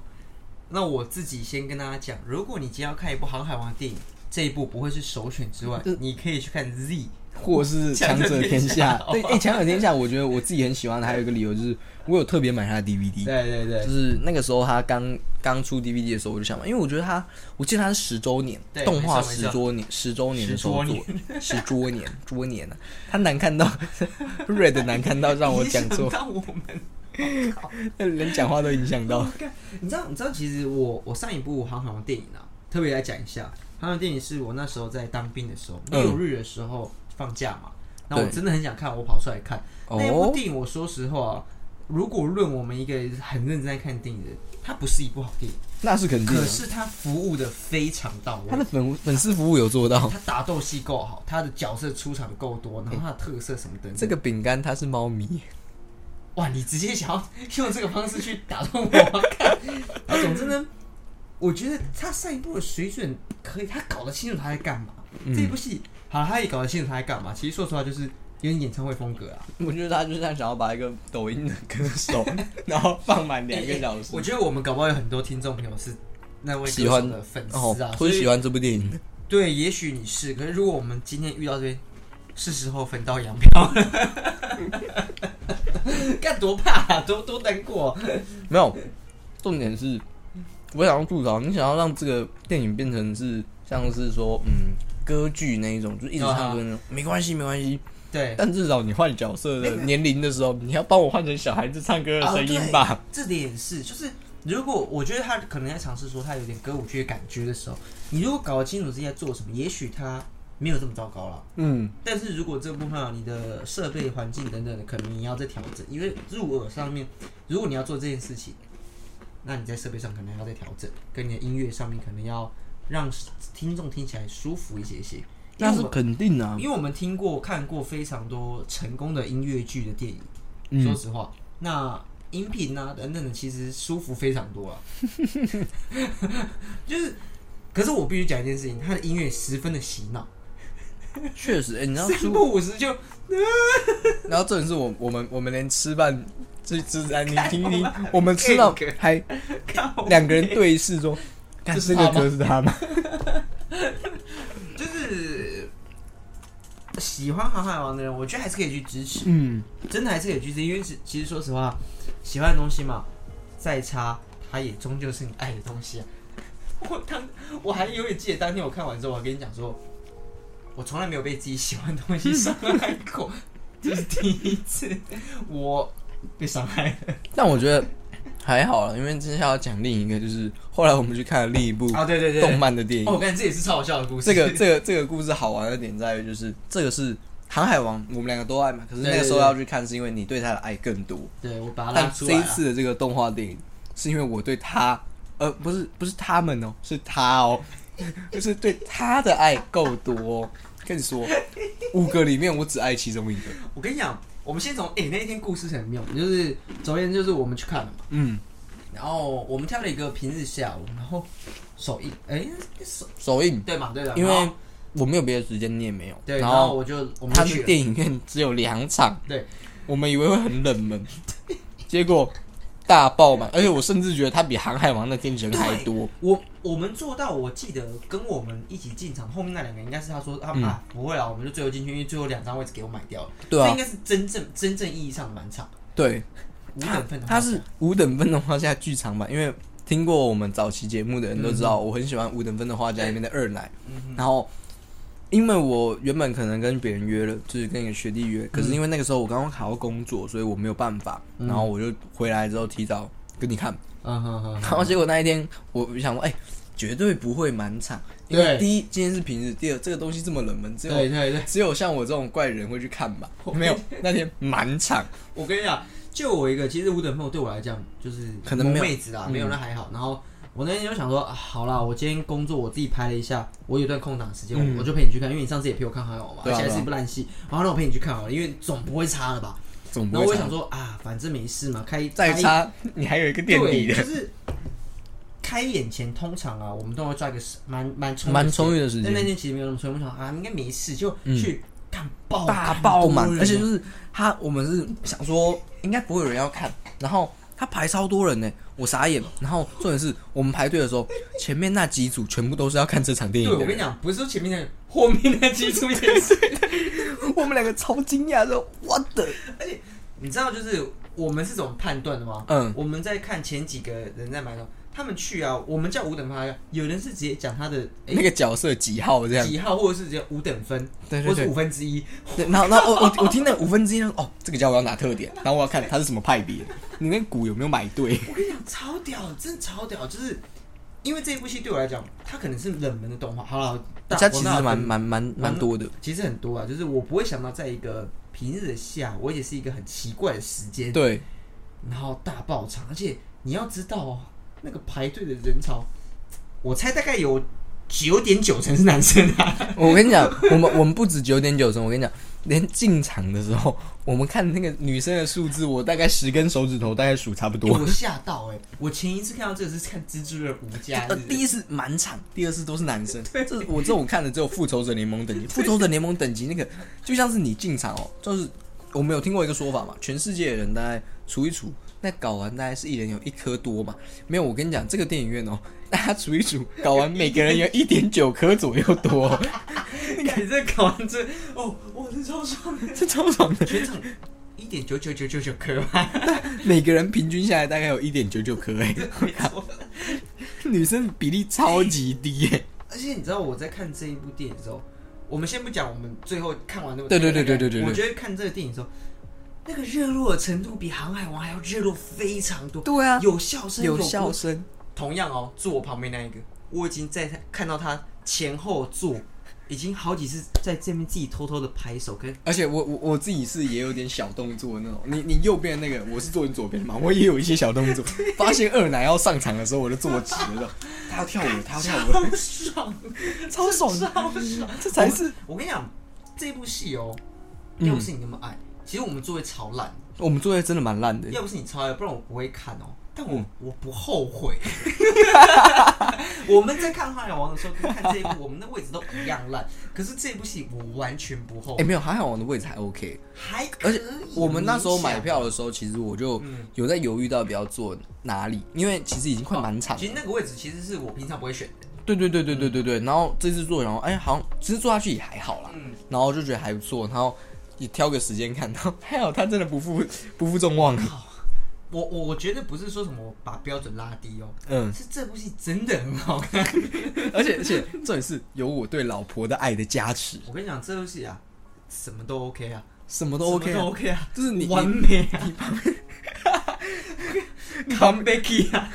Speaker 1: 那我自己先跟大家讲，如果你今天要看一部《航海王》电影，这一部不会是首选之外，你可以去看 Z。
Speaker 2: 或是强者天下，对，哎、强者天下，我觉得我自己很喜欢的还有一个理由就是，我有特别买他的 DVD，
Speaker 1: 对对
Speaker 2: 就
Speaker 1: 对，
Speaker 2: 是那个时候他刚刚出 DVD 的时候，我就想买，因为我觉得他，我记得他是十周年，
Speaker 1: 对
Speaker 2: 动
Speaker 1: 没
Speaker 2: 画
Speaker 1: 错没
Speaker 2: 十
Speaker 1: 错
Speaker 2: 周年，十周年的时候
Speaker 1: 十
Speaker 2: 做
Speaker 1: 周，
Speaker 2: [LAUGHS] 十周年，周年呢、他难看到 [LAUGHS] ，Red 难看到让我
Speaker 1: [LAUGHS]
Speaker 2: 讲错，
Speaker 1: 到我们。
Speaker 2: 连讲话都影响到。
Speaker 1: 哦你知道，你知道，其实我我上一部航海王电影啊，特别来讲一下，航海王电影是我那时候在当兵的时候，
Speaker 2: 嗯
Speaker 1: 六日的时候放假嘛，那我
Speaker 2: 对
Speaker 1: 真的很想看，我跑出来看
Speaker 2: 哦
Speaker 1: 那一部电影。我说实话啊，如果论我们一个很认真在看电影的人，它不是一部好电影，
Speaker 2: 那是肯定
Speaker 1: 可
Speaker 2: 的，
Speaker 1: 是它服务的非常到
Speaker 2: 他
Speaker 1: 位
Speaker 2: 的。粉粉丝服务有做到。
Speaker 1: 它打斗戏够好，它的角色出场够多，然后它的特色什么等等。
Speaker 2: 这个饼干它是猫咪， [LAUGHS]
Speaker 1: 哇，你直接想要用这个方式去打动我看。啊，总之呢，我觉得他上一部的水准可以，他搞得清楚他在干嘛。
Speaker 2: 嗯
Speaker 1: 这一部戏，好，他也搞得清楚他在干嘛。其实说实话，就是有点演唱会风格啊。
Speaker 2: 我觉得他就是想要把一个抖音的歌
Speaker 1: [LAUGHS]
Speaker 2: 手，然后放满两个小时
Speaker 1: 我。觉得我们搞不好有很多听众朋友是那位歌手
Speaker 2: 喜欢
Speaker 1: 的粉
Speaker 2: 哦
Speaker 1: 丝啊，，
Speaker 2: 我
Speaker 1: 所
Speaker 2: 是
Speaker 1: 以
Speaker 2: 喜欢这部电影的。
Speaker 1: 对，也许你是。可是如果我们今天遇到这边，是时候分道扬镳了， [LAUGHS] 干多怕、啊，多多难过、
Speaker 2: 没有，重点是，我想要吐槽，你想要让这个电影变成是像是说，嗯，歌剧那一种，就是一直
Speaker 1: 啊
Speaker 2: 唱歌那种，没关系，没关系。
Speaker 1: 对，
Speaker 2: 但至少你换角色的年龄的时候，你要帮我换成小孩子唱歌的声音吧
Speaker 1: 啊。对这点是，就是如果我觉得他可能在尝试说他有点歌舞剧的感觉的时候，你如果搞得清楚自己在做什么，也许他没有这么糟糕了。
Speaker 2: 嗯，
Speaker 1: 但是如果这部分啊，你的设备、环境等等的，可能你要再调整，因为入耳上面，如果你要做这件事情，那你在设备上可能还要再调整，跟你的音乐上面可能要让听众听起来舒服一些些。因为
Speaker 2: 那
Speaker 1: 我
Speaker 2: 是
Speaker 1: 们
Speaker 2: 肯定啊。
Speaker 1: 因为我们听过、看过非常多成功的音乐剧的电影，
Speaker 2: 嗯
Speaker 1: 说实话，那音频啊等等的，其实舒服非常多啊。 [LAUGHS] 就是，可是我必须讲一件事情，他的音乐十分的洗脑，
Speaker 2: 确实，哎、 [LAUGHS] 你知道
Speaker 1: 三
Speaker 2: 出，
Speaker 1: 不五十就
Speaker 2: 然后重点是我我们我们连吃饭。这这哎，你听听，我们
Speaker 1: [LAUGHS]
Speaker 2: 吃到还
Speaker 1: 靠
Speaker 2: 两个人对视说，干
Speaker 1: 哎这是
Speaker 2: 这个
Speaker 1: 他吗
Speaker 2: 歌是他吗？
Speaker 1: 就是喜欢《航海王》的人，我觉得还是可以去支持，
Speaker 2: 嗯，
Speaker 1: 真的还是可以去支持，因为其其实说实话，喜欢的东西嘛，再差它也终究是你爱的东西啊。 [LAUGHS] 我当我还永远记得当天我看完之后，我还跟你讲说，我从来没有被自己喜欢的东西伤害过，这是第一次我被伤害了。
Speaker 2: 但我觉得还好了，因为接下来要讲另一个，就是后来我们去看了另一部
Speaker 1: [LAUGHS] 啊，对对对，
Speaker 2: 嗯动漫的电
Speaker 1: 哦，我
Speaker 2: 影。
Speaker 1: 感觉这也是超好笑的故事。
Speaker 2: 这个这个这个故事好玩的点在于，就是这个是《航海王》，我们两个都爱嘛。可是那
Speaker 1: 对
Speaker 2: 个
Speaker 1: 对
Speaker 2: 时候要去看，是因为你对他的爱更多。
Speaker 1: [LAUGHS] 对我把它拉
Speaker 2: 但
Speaker 1: 出
Speaker 2: 这
Speaker 1: 来啊
Speaker 2: 一
Speaker 1: 了。
Speaker 2: 次的这个动画电影，是因为我对他，呃，不是不是他们哦，是他哦， [LAUGHS] 就是对他的爱够多、哦。跟你说，五个里面我只爱其中一个。
Speaker 1: 我跟你讲，我们先从诶、那一天故事很妙，就是昨天就是我们去看了嘛，
Speaker 2: 嗯，
Speaker 1: 然后我们挑了一个平日下午，然后首映诶、首
Speaker 2: 首映，
Speaker 1: 对嘛对的，
Speaker 2: 因为
Speaker 1: 然后
Speaker 2: 我没有别的时间，你也没有。
Speaker 1: 对，
Speaker 2: 然
Speaker 1: 然后我就我们
Speaker 2: 他
Speaker 1: 就
Speaker 2: 的
Speaker 1: 去了，
Speaker 2: 电影院只有两场，
Speaker 1: 对，
Speaker 2: 我们以为会很冷门，结果大爆满，而且我甚至觉得他比《航海王》那天人还多。
Speaker 1: 我我们做到，我记得跟我们一起进场后面那两个应该是他说他们、啊不会啊，我们就最后进去，因为最后两张位置给我买掉了，
Speaker 2: 嗯对啊
Speaker 1: 这应该是真正真正意义上的满场
Speaker 2: 对，
Speaker 1: 五
Speaker 2: 他
Speaker 1: 等分的话
Speaker 2: 他是五等分的花家剧场版，因为听过我们早期节目的人都知
Speaker 1: 嗯
Speaker 2: 道，我很喜欢五等分的花家里面的二奶。然后，因为我原本可能跟别人约了，就是跟一个学弟约，
Speaker 1: 嗯
Speaker 2: 可是因为那个时候我刚刚还要工作，所以我没有办法。然后我就回来之后提早跟你看，
Speaker 1: 嗯哼哼
Speaker 2: [LAUGHS] 然
Speaker 1: 哼，
Speaker 2: 后结果那一天我就想说，哎、绝对不会满场，因为
Speaker 1: 对
Speaker 2: 第一今天是平日，第二这个东西这么冷门，只有
Speaker 1: 对对对，
Speaker 2: 只有像我这种怪人会去看 [LAUGHS] 吧。没有，那天满场。
Speaker 1: 我跟你讲，就我一个，其实五等分对我来讲就是
Speaker 2: 可能没有嗯
Speaker 1: 萌妹子啦，没有那还好。然后我那天就想说，啊好啦，我今天工作我自己拍了一下，我有一段空档时间，我
Speaker 2: 嗯
Speaker 1: 我就陪你去看，因为你上次也陪我看很好嘛，
Speaker 2: 对
Speaker 1: 而
Speaker 2: 啊
Speaker 1: 且还
Speaker 2: 对
Speaker 1: 是
Speaker 2: 啊
Speaker 1: 一部烂戏，然后让我陪你去看好了，因为总不会差了吧？
Speaker 2: 总嗯不
Speaker 1: 然
Speaker 2: 会
Speaker 1: 后我也
Speaker 2: 差
Speaker 1: 想说啊，反正没事嘛，开
Speaker 2: 再
Speaker 1: 开
Speaker 2: 差，你还有一个垫
Speaker 1: 对
Speaker 2: 底的，
Speaker 1: 就是开演前通常啊，我们都会抓一个时蛮蛮充
Speaker 2: 蛮充裕的时
Speaker 1: 但那
Speaker 2: 间，嗯
Speaker 1: 天其实没有那么充裕，我想啊，应该没事，就去干爆
Speaker 2: [LAUGHS] 大
Speaker 1: 干
Speaker 2: 爆
Speaker 1: 多
Speaker 2: 满，
Speaker 1: 人
Speaker 2: 而且就
Speaker 1: 哦
Speaker 2: 是他，我们是想说应该不会有人要看，然后他排超多人呢，我傻眼。然后重点是我们排队的时候， [LAUGHS] 前面那几组全部都是要看这场
Speaker 1: 对
Speaker 2: 电影
Speaker 1: 我
Speaker 2: 的
Speaker 1: 跟你
Speaker 2: 人，
Speaker 1: 讲，不是说前面那个，后面那几组
Speaker 2: [LAUGHS]
Speaker 1: 也是。
Speaker 2: 我们两个超惊讶说我的，
Speaker 1: 你知道就是我们是怎么判断的吗？
Speaker 2: 嗯
Speaker 1: 我们在看前几个人在买票，他们去啊，我们叫五等分啊，有人是直接讲他的诶
Speaker 2: 那个角色几号这样？
Speaker 1: 几号，或者是直接五等分，
Speaker 2: 嗯对对对
Speaker 1: 或是五分之一。
Speaker 2: 对，然后然后我哦我我听那五分之一，哦，这个家我要拿特点，然后我要看他是什么派别，你那股有没有买对？
Speaker 1: 我跟你讲，超屌，真的超屌，就是因为这部戏对我来讲，它可能是冷门的动画。好了，大
Speaker 2: [LAUGHS] 他其实
Speaker 1: 广大
Speaker 2: 蛮
Speaker 1: 粉
Speaker 2: 蛮蛮蛮多的，
Speaker 1: 其实很多啊，就是我不会想到在一个平日的下午，而且是一个很奇怪的时间，
Speaker 2: 对，
Speaker 1: 然后大爆场，而且你要知道哦，那个排队的人潮，我猜大概有九点九成是男生啊。
Speaker 2: 我跟你讲，我们我们不止九点九成，我跟你讲，连进场的时候，我们看那个女生的数字，我大概十根手指头大概数差不 [LAUGHS] 多
Speaker 1: 我。吓到哎、我前一次看到这个是看《蜘蛛人无家日
Speaker 2: 呃，》，第一次满场，第二次都是男生。这我这种看的只有《复仇者联盟》等级，《复仇者联盟》等级那个就像是你进场哦，就是我们有听过一个说法嘛，全世界的人大概除一除，那搞完大概是一人有一颗多嘛。没有，我跟你讲，这个电影院哦， [LAUGHS] 大家除一除，搞完每个人有一点九颗左右多 [LAUGHS] 哦、
Speaker 1: 你这搞完这哦，我是超爽的，
Speaker 2: 这超爽的。
Speaker 1: 全场一点九九九九九颗吧，
Speaker 2: 每个人平均下来大概有一点九九颗哎，
Speaker 1: 没
Speaker 2: [LAUGHS]
Speaker 1: 错。
Speaker 2: 女生比例超级低哎、
Speaker 1: 而且你知道我在看这一部电影的时候，我们先不讲我们最后看完那个，
Speaker 2: 对对对对对对对
Speaker 1: 我觉得看这个电影的时候，那个热络的程度比《航海王》还要热络非常多。
Speaker 2: 对啊
Speaker 1: 有笑声，
Speaker 2: 有
Speaker 1: 哭
Speaker 2: 笑。声，
Speaker 1: 同样哦，坐我旁边那一个，我已经在他看到他前后坐，已经好几次在这边自己偷偷的拍手跟。
Speaker 2: 而且我我我自己是也有点小动作的那种。你你右边的那个，我是坐你左边嘛，我也有一些小动作。发现二奶要上场的时候，我就坐直了。她要跳 [LAUGHS] 舞，她要跳舞，
Speaker 1: 超爽，
Speaker 2: 超爽的，
Speaker 1: 超爽！
Speaker 2: 这才是
Speaker 1: 我跟你讲，这部戏哦，
Speaker 2: 嗯
Speaker 1: 要不是你那么爱，其实我们座位超烂，
Speaker 2: 我们座位真的蛮烂的。
Speaker 1: 要不是你超爱，不然我不会看哦。但我、
Speaker 2: 嗯
Speaker 1: 我不后悔。我们在看《航海王》的时候，跟看这一部，我们的位置都一样烂。可是这部戏我完全不后
Speaker 2: 哎、
Speaker 1: 悔，
Speaker 2: 没有，还好我的位置还 OK。
Speaker 1: 还可
Speaker 2: 而
Speaker 1: 以
Speaker 2: 且我们那时候买票
Speaker 1: 勉
Speaker 2: 的时候，其实我就
Speaker 1: 嗯
Speaker 2: 有在犹豫到底要坐哪里，因为其实已经快满
Speaker 1: 强。
Speaker 2: 场了
Speaker 1: 其。实那个位置其实是我平常不会选的。
Speaker 2: 对对对对对对对，然后这次做，然后哎，好像其实做下去也还好啦，
Speaker 1: 嗯
Speaker 2: 然后就觉得还不错，然后也挑个时间看，然后还好他真的不负不负众望，啊
Speaker 1: 我我我觉得不是说什么我把标准拉低哦，
Speaker 2: 嗯，
Speaker 1: 是这部戏真的很好看。
Speaker 2: 而且而且重点是有我对老婆的爱的加持，
Speaker 1: 我跟你讲，这部戏啊，什么都 OK 啊，
Speaker 2: 什么
Speaker 1: 什
Speaker 2: 都
Speaker 1: 么
Speaker 2: OK，、
Speaker 1: 都
Speaker 2: 啊、
Speaker 1: OK 啊，
Speaker 2: 就是你
Speaker 1: 完
Speaker 2: 你
Speaker 1: 美啊，完美啊，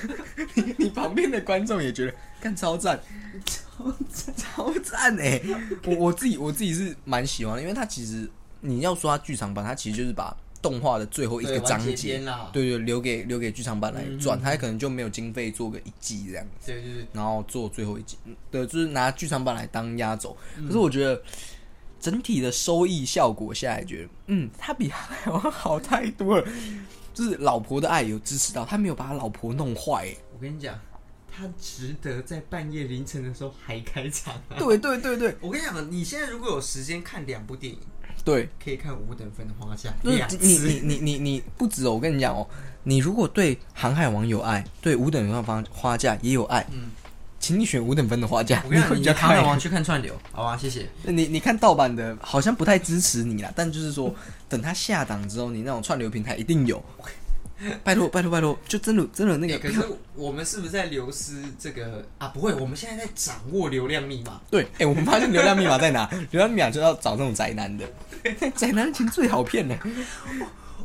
Speaker 2: 你旁边的观众也觉得干超赞，超赞超赞哎、 [LAUGHS] 我我自己我自己是蛮喜欢的，因为他其实你要说他剧场版，他其实就是把动画的最后一个
Speaker 1: 对
Speaker 2: 章
Speaker 1: 完结
Speaker 2: 节
Speaker 1: 篇啦。
Speaker 2: 对对，留给留给剧场版来转，他可能就没有经费做个一季这样，
Speaker 1: 对对对。
Speaker 2: 然后做最后一季，嗯对，就是拿剧场版来当压轴。
Speaker 1: 嗯
Speaker 2: 可是我觉得整体的收益效果下来，觉得嗯，他比《海王》好太多了。就是老婆的爱有支持到，他没有把他老婆弄坏、欸
Speaker 1: 我跟你讲，《他值得在半夜凌晨的时候还开场、啊。
Speaker 2: 对对对对
Speaker 1: 我跟你讲，你现在如果有时间看两部电影，
Speaker 2: 对，
Speaker 1: 可以看《五等分的花嫁》
Speaker 2: 就是
Speaker 1: 两
Speaker 2: 你你
Speaker 1: 次。
Speaker 2: 你你你不止哦，我跟你讲哦，你如果对《航海王》有爱，对《五等分的花嫁》也有爱，
Speaker 1: 嗯
Speaker 2: 请你选《五等分的花嫁》，
Speaker 1: 我跟你
Speaker 2: 会
Speaker 1: 讲，
Speaker 2: 比
Speaker 1: 你
Speaker 2: 较
Speaker 1: 航海
Speaker 2: 看。
Speaker 1: 王去看串流，好吧？谢谢。
Speaker 2: 你你看盗版的，好像不太支持你啦，但就是说， [LAUGHS] 等它下档之后，你那种串流平台一定有。 [LAUGHS] 拜托拜托拜托，就真的真的那
Speaker 1: 那
Speaker 2: 个
Speaker 1: 个，可是我们是不是在流失这个啊？不会，我们现在在掌握流量密码。
Speaker 2: [LAUGHS] 对，哎、我们发现流量密码在哪？ [LAUGHS] 流量密码就要找这种宅男的， [LAUGHS] 宅男的钱最好骗了。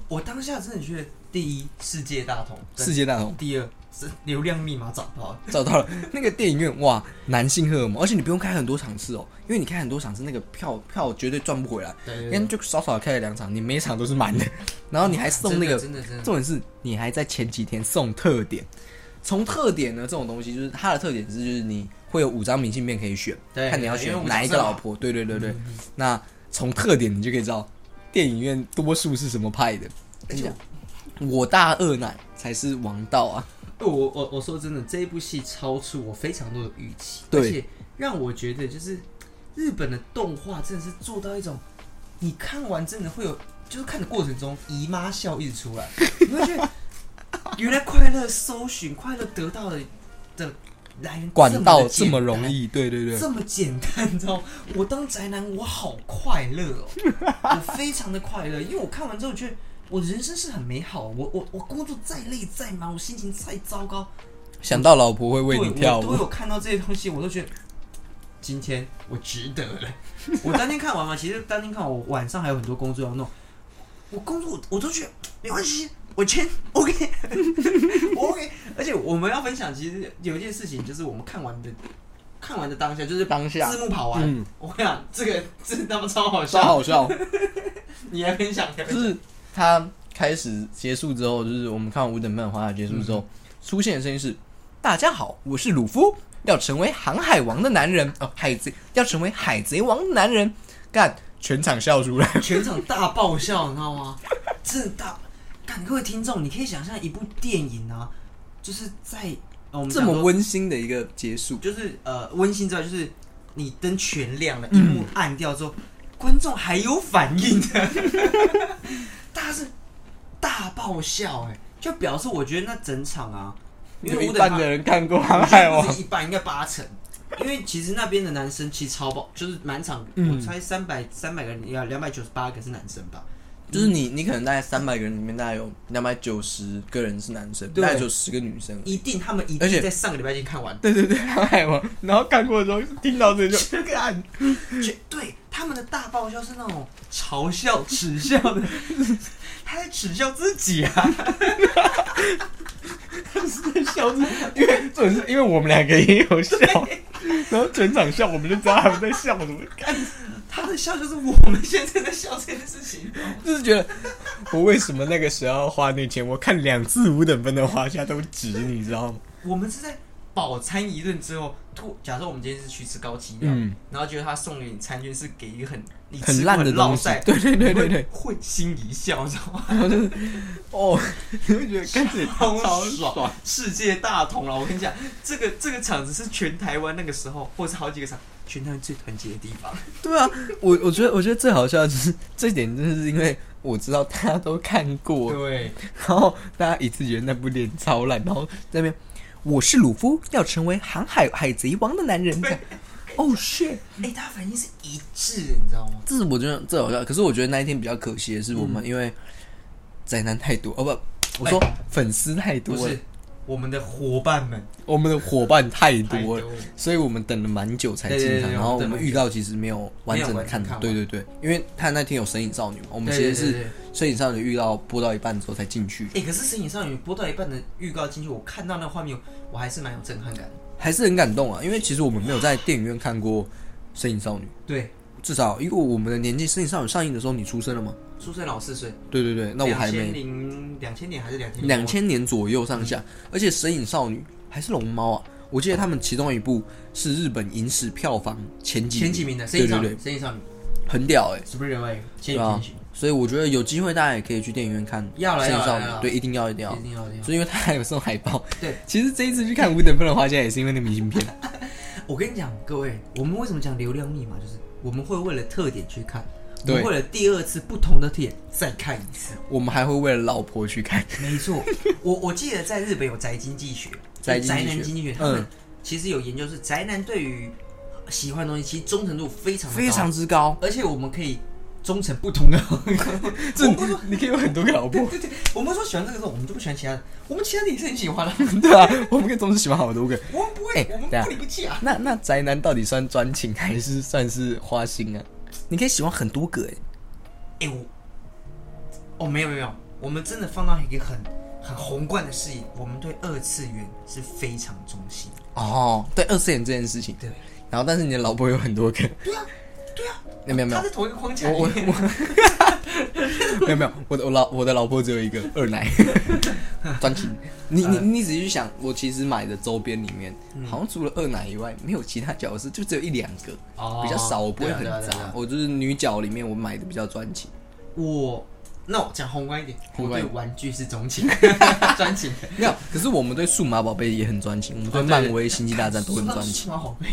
Speaker 1: 我当下真的觉得，第一世界大同，
Speaker 2: 世界大同
Speaker 1: 第二是流量密码找不到。
Speaker 2: 找到了那个电影院，哇，男性荷尔蒙，而且你不用开很多场次哦，因为你开很多场次，那个票票绝对赚不回来。
Speaker 1: 对对
Speaker 2: 因
Speaker 1: 对
Speaker 2: 为就少少开了两场，你每一场都是满的，然后你还送那个，
Speaker 1: 真的真的真的
Speaker 2: 重点是你还在前几天送特点。从特点呢，这种东西就是它的特点是，就是你会有五张明信片可以选，
Speaker 1: 对
Speaker 2: 看你要
Speaker 1: 因为我
Speaker 2: 选
Speaker 1: 们
Speaker 2: 哪一个
Speaker 1: 早上嗯
Speaker 2: 老婆。对对对对，那从特点你就可以知道电影院多数是什么派的。
Speaker 1: 哎
Speaker 2: 跟你讲，我大二奶才是王道啊！
Speaker 1: 我我我说真的，这一部戏超出我非常多的预期，
Speaker 2: 对
Speaker 1: 而且让我觉得就是日本的动画真的是做到一种，你看完真的会有，就是看的过程中姨妈笑一直出来，你会觉
Speaker 2: [LAUGHS]
Speaker 1: 得原来快乐搜寻、快乐得到的的来源
Speaker 2: 管道
Speaker 1: 这
Speaker 2: 这
Speaker 1: 么
Speaker 2: 么
Speaker 1: 的简单
Speaker 2: 容。易，对对对
Speaker 1: 这么简单，你知道吗？我当宅男，我好快乐哦，我非常的快乐，因为我看完之后觉得我人生是很美好。我我我工作再累再忙，我心情再糟糕，
Speaker 2: 想到老婆会为你
Speaker 1: 对
Speaker 2: 跳
Speaker 1: 我都
Speaker 2: 舞，
Speaker 1: 有看到这些东西，我都觉得今天我值得了。我当天看完嘛，其实当天看完我晚上还有很多工作要弄，我工作我都觉得没关系，我签 OK，我 [LAUGHS] OK。而且我们要分享，其实有一件事情就是我们看完的。看完的当下就是
Speaker 2: 当下
Speaker 1: 字幕跑完，
Speaker 2: 嗯
Speaker 1: 我跟你讲，这个这他妈超好
Speaker 2: 超
Speaker 1: 笑，
Speaker 2: 好笑。
Speaker 1: 你还分享？你还分
Speaker 2: 就
Speaker 1: 享
Speaker 2: 是他开始结束之后，就是我们看完五等分的花结束之后，出现的声音是：“大家好，我是鲁夫，要成为航海王的男人哦，海贼要成为海贼王的男人，干！”全场笑出来，
Speaker 1: 全场大爆笑，你知道吗？真的大，干各位听众，你可以想象一部电影啊，就是在、呃、我们
Speaker 2: [LAUGHS] 这
Speaker 1: 讲
Speaker 2: 么
Speaker 1: 说
Speaker 2: 温馨的一个结束，
Speaker 1: 就是呃温馨之外，就是你灯全亮了，荧幕暗掉之后，观众还有反应的， [LAUGHS] 大家是大爆笑哎、就表示我觉得那整场啊，因
Speaker 2: 有
Speaker 1: 为
Speaker 2: 一
Speaker 1: 我等
Speaker 2: 半
Speaker 1: 他
Speaker 2: 的人看过航海王
Speaker 1: 不，是一半应该八成，因为其实那边的男生其实超爆，就是满场，
Speaker 2: 嗯
Speaker 1: 我猜三百三百个人要两百九十八个是男生吧，
Speaker 2: [LAUGHS] 就是你，你可能大概三百个人里面，大概有两百九十个人是男生，
Speaker 1: 对
Speaker 2: 大概有十个女生。
Speaker 1: 一定他们一
Speaker 2: 而且
Speaker 1: 定在上个礼拜已经看完，
Speaker 2: 对对对，航海王。然后看过的时候，听到这就干，
Speaker 1: 绝对他们的大爆笑是那种嘲笑、耻笑的，他在耻笑自己啊。
Speaker 2: 笑是因为这是因为我们两个也有笑，然后全场笑，我们就知道他们在笑什么，干
Speaker 1: 他的笑就是我们现在在笑这件事情。
Speaker 2: [LAUGHS] 就是觉得我为什么那个时候要花那钱？我看两次五等分的花下都值，你知道吗？
Speaker 1: 我们是在饱餐一顿之后，突假设我们今天是去吃高级料，
Speaker 2: 嗯
Speaker 1: 然后觉得他送给你餐券是给一个很你
Speaker 2: 很
Speaker 1: 吃过
Speaker 2: 烂的
Speaker 1: 落
Speaker 2: 东西
Speaker 1: 塞，
Speaker 2: 对对对对对
Speaker 1: 你会会心一笑，你知道吗？
Speaker 2: 哦，你会觉得看自己
Speaker 1: 超
Speaker 2: 啊
Speaker 1: 爽，，世界大同啊了。我跟你讲，这个这个场子是全台湾那个时候，或是好几个场，全台湾最团结的地方。
Speaker 2: 对啊，我我觉得我觉得最好笑的就是这一点，真的是因为我知道大家都看过，
Speaker 1: 对，
Speaker 2: 然后大家一次觉得那部电影超烂，然后在那边我是鲁夫，要成为航海海贼王的男人。这样哦、shit！
Speaker 1: 哎、大家反应是一致的，你知道吗？
Speaker 2: 这是我觉得最好笑。可是我觉得那一天比较可惜的是，我们因为宅男太多，哦不，我说
Speaker 1: 嗯哎
Speaker 2: 粉丝太
Speaker 1: 不
Speaker 2: 多了
Speaker 1: 是，，我们的伙伴们
Speaker 2: 我们的伙伴太多
Speaker 1: 太
Speaker 2: 了
Speaker 1: 多了，
Speaker 2: 所以我们等了蛮久才
Speaker 1: 对
Speaker 2: 进
Speaker 1: 对对
Speaker 2: 场。
Speaker 1: 对
Speaker 2: 然后
Speaker 1: 我
Speaker 2: 我
Speaker 1: 们等
Speaker 2: 们
Speaker 1: 蛮久
Speaker 2: 预告其实没有完整的看
Speaker 1: 没有完整看完
Speaker 2: 到，对对对，因为他那天有《神隐少女》嘛，我们其
Speaker 1: 对对
Speaker 2: 实是
Speaker 1: 对对
Speaker 2: 《神隐少女》预告播到一半之后才进去，
Speaker 1: 哎、可是《神隐少女》播到一半的预告进去，我看到那个画面，我还是蛮有震撼感的。
Speaker 2: 还是很感动啊，因为其实我们没有在电影院看过《神隐少女》。
Speaker 1: 对，
Speaker 2: 至少，因为我们的年纪，《神隐少女》上映的时候，你出生了吗？
Speaker 1: 出生老四岁，
Speaker 2: 对对对，那我还没。
Speaker 1: 零两千年还是两千
Speaker 2: 两千年左右上下，而且《神隐少女》还是龙猫啊！我记得他们其中一部是日本影史票房前几
Speaker 1: 前几名的《神
Speaker 2: 对
Speaker 1: 隐
Speaker 2: 对
Speaker 1: 少女》，
Speaker 2: 对
Speaker 1: 《神隐少女》
Speaker 2: 很屌哎、
Speaker 1: Spring Away，谢
Speaker 2: 对
Speaker 1: 谢
Speaker 2: 啊
Speaker 1: 天行，，
Speaker 2: 所以我觉得有机会大家也可以去电影院看《
Speaker 1: 要啦
Speaker 2: 圣
Speaker 1: 要啦
Speaker 2: 少女
Speaker 1: 要》，啦
Speaker 2: 对，一定要一定要
Speaker 1: 一，定要一定要。
Speaker 2: 所以因为他还有送海报。
Speaker 1: 对，
Speaker 2: 其实这一次去看《五等分的花嫁》也是因为那明信片，
Speaker 1: 我跟你讲，各位，我们为什么讲流量密码？就是我们会为了特点去看，我
Speaker 2: 对
Speaker 1: 们为了第二次不同的特点再看一次。
Speaker 2: 我们还会为了老婆
Speaker 1: [LAUGHS]
Speaker 2: 去看。
Speaker 1: 没错，我我记得在日本有宅经济学，
Speaker 2: 宅
Speaker 1: 就
Speaker 2: 经
Speaker 1: 宅
Speaker 2: 济
Speaker 1: 男
Speaker 2: 学
Speaker 1: 经济学，他们其实有研究是宅男对于喜欢的东西，其实忠诚度非常地高
Speaker 2: 非常，之高，
Speaker 1: 而且我们可以忠诚不同的。
Speaker 2: 这
Speaker 1: 我不是说 [LAUGHS]
Speaker 2: 你可以有很多个老婆，
Speaker 1: 对对，我们说喜欢这个时候，我们就不喜欢其他的，我们其他的也是很喜欢啦、
Speaker 2: [LAUGHS] 对啊，我们可以同时喜欢好多个。
Speaker 1: 我们不会，
Speaker 2: 哎
Speaker 1: 我们
Speaker 2: 等一下
Speaker 1: 不离不弃啊。
Speaker 2: 那那宅男到底算专情还是算是花心啊？你可以喜欢很多个
Speaker 1: 哎、
Speaker 2: 哎、
Speaker 1: 我，哦，没有没有没有，我们真的放到一个很很宏观的视野，我们对二次元是非常忠心。
Speaker 2: 哦，对，二次元这件事情。
Speaker 1: 对，
Speaker 2: 然后但是你的老婆有很多个。
Speaker 1: 对啊，对啊，
Speaker 2: 没有没有没
Speaker 1: 他
Speaker 2: 有
Speaker 1: 在同一个框架
Speaker 2: 我
Speaker 1: 里
Speaker 2: 我
Speaker 1: 面。
Speaker 2: 没有没有，我的我老我的老婆只有一个二奶， [LAUGHS] 专情。你你
Speaker 1: 嗯
Speaker 2: 你仔细去想，我其实买的周边里面，好像除了二奶以外，没有其他角色，就只有一两个，
Speaker 1: 哦
Speaker 2: [LAUGHS] 比较少，我不会
Speaker 1: 对啊
Speaker 2: 很
Speaker 1: 对啊对啊对
Speaker 2: 杂
Speaker 1: 啊。
Speaker 2: 我就是女角里面，我买的比较专情。
Speaker 1: 我那我讲宏观一点，
Speaker 2: 宏
Speaker 1: 我
Speaker 2: 观
Speaker 1: 对
Speaker 2: 一点
Speaker 1: 玩具是钟
Speaker 2: [LAUGHS]
Speaker 1: 情，专情。
Speaker 2: 没有，可是我们对数码宝贝也很专情，我们对
Speaker 1: 哦对
Speaker 2: 漫威、星际大战都很专情。
Speaker 1: 说到数码宝贝，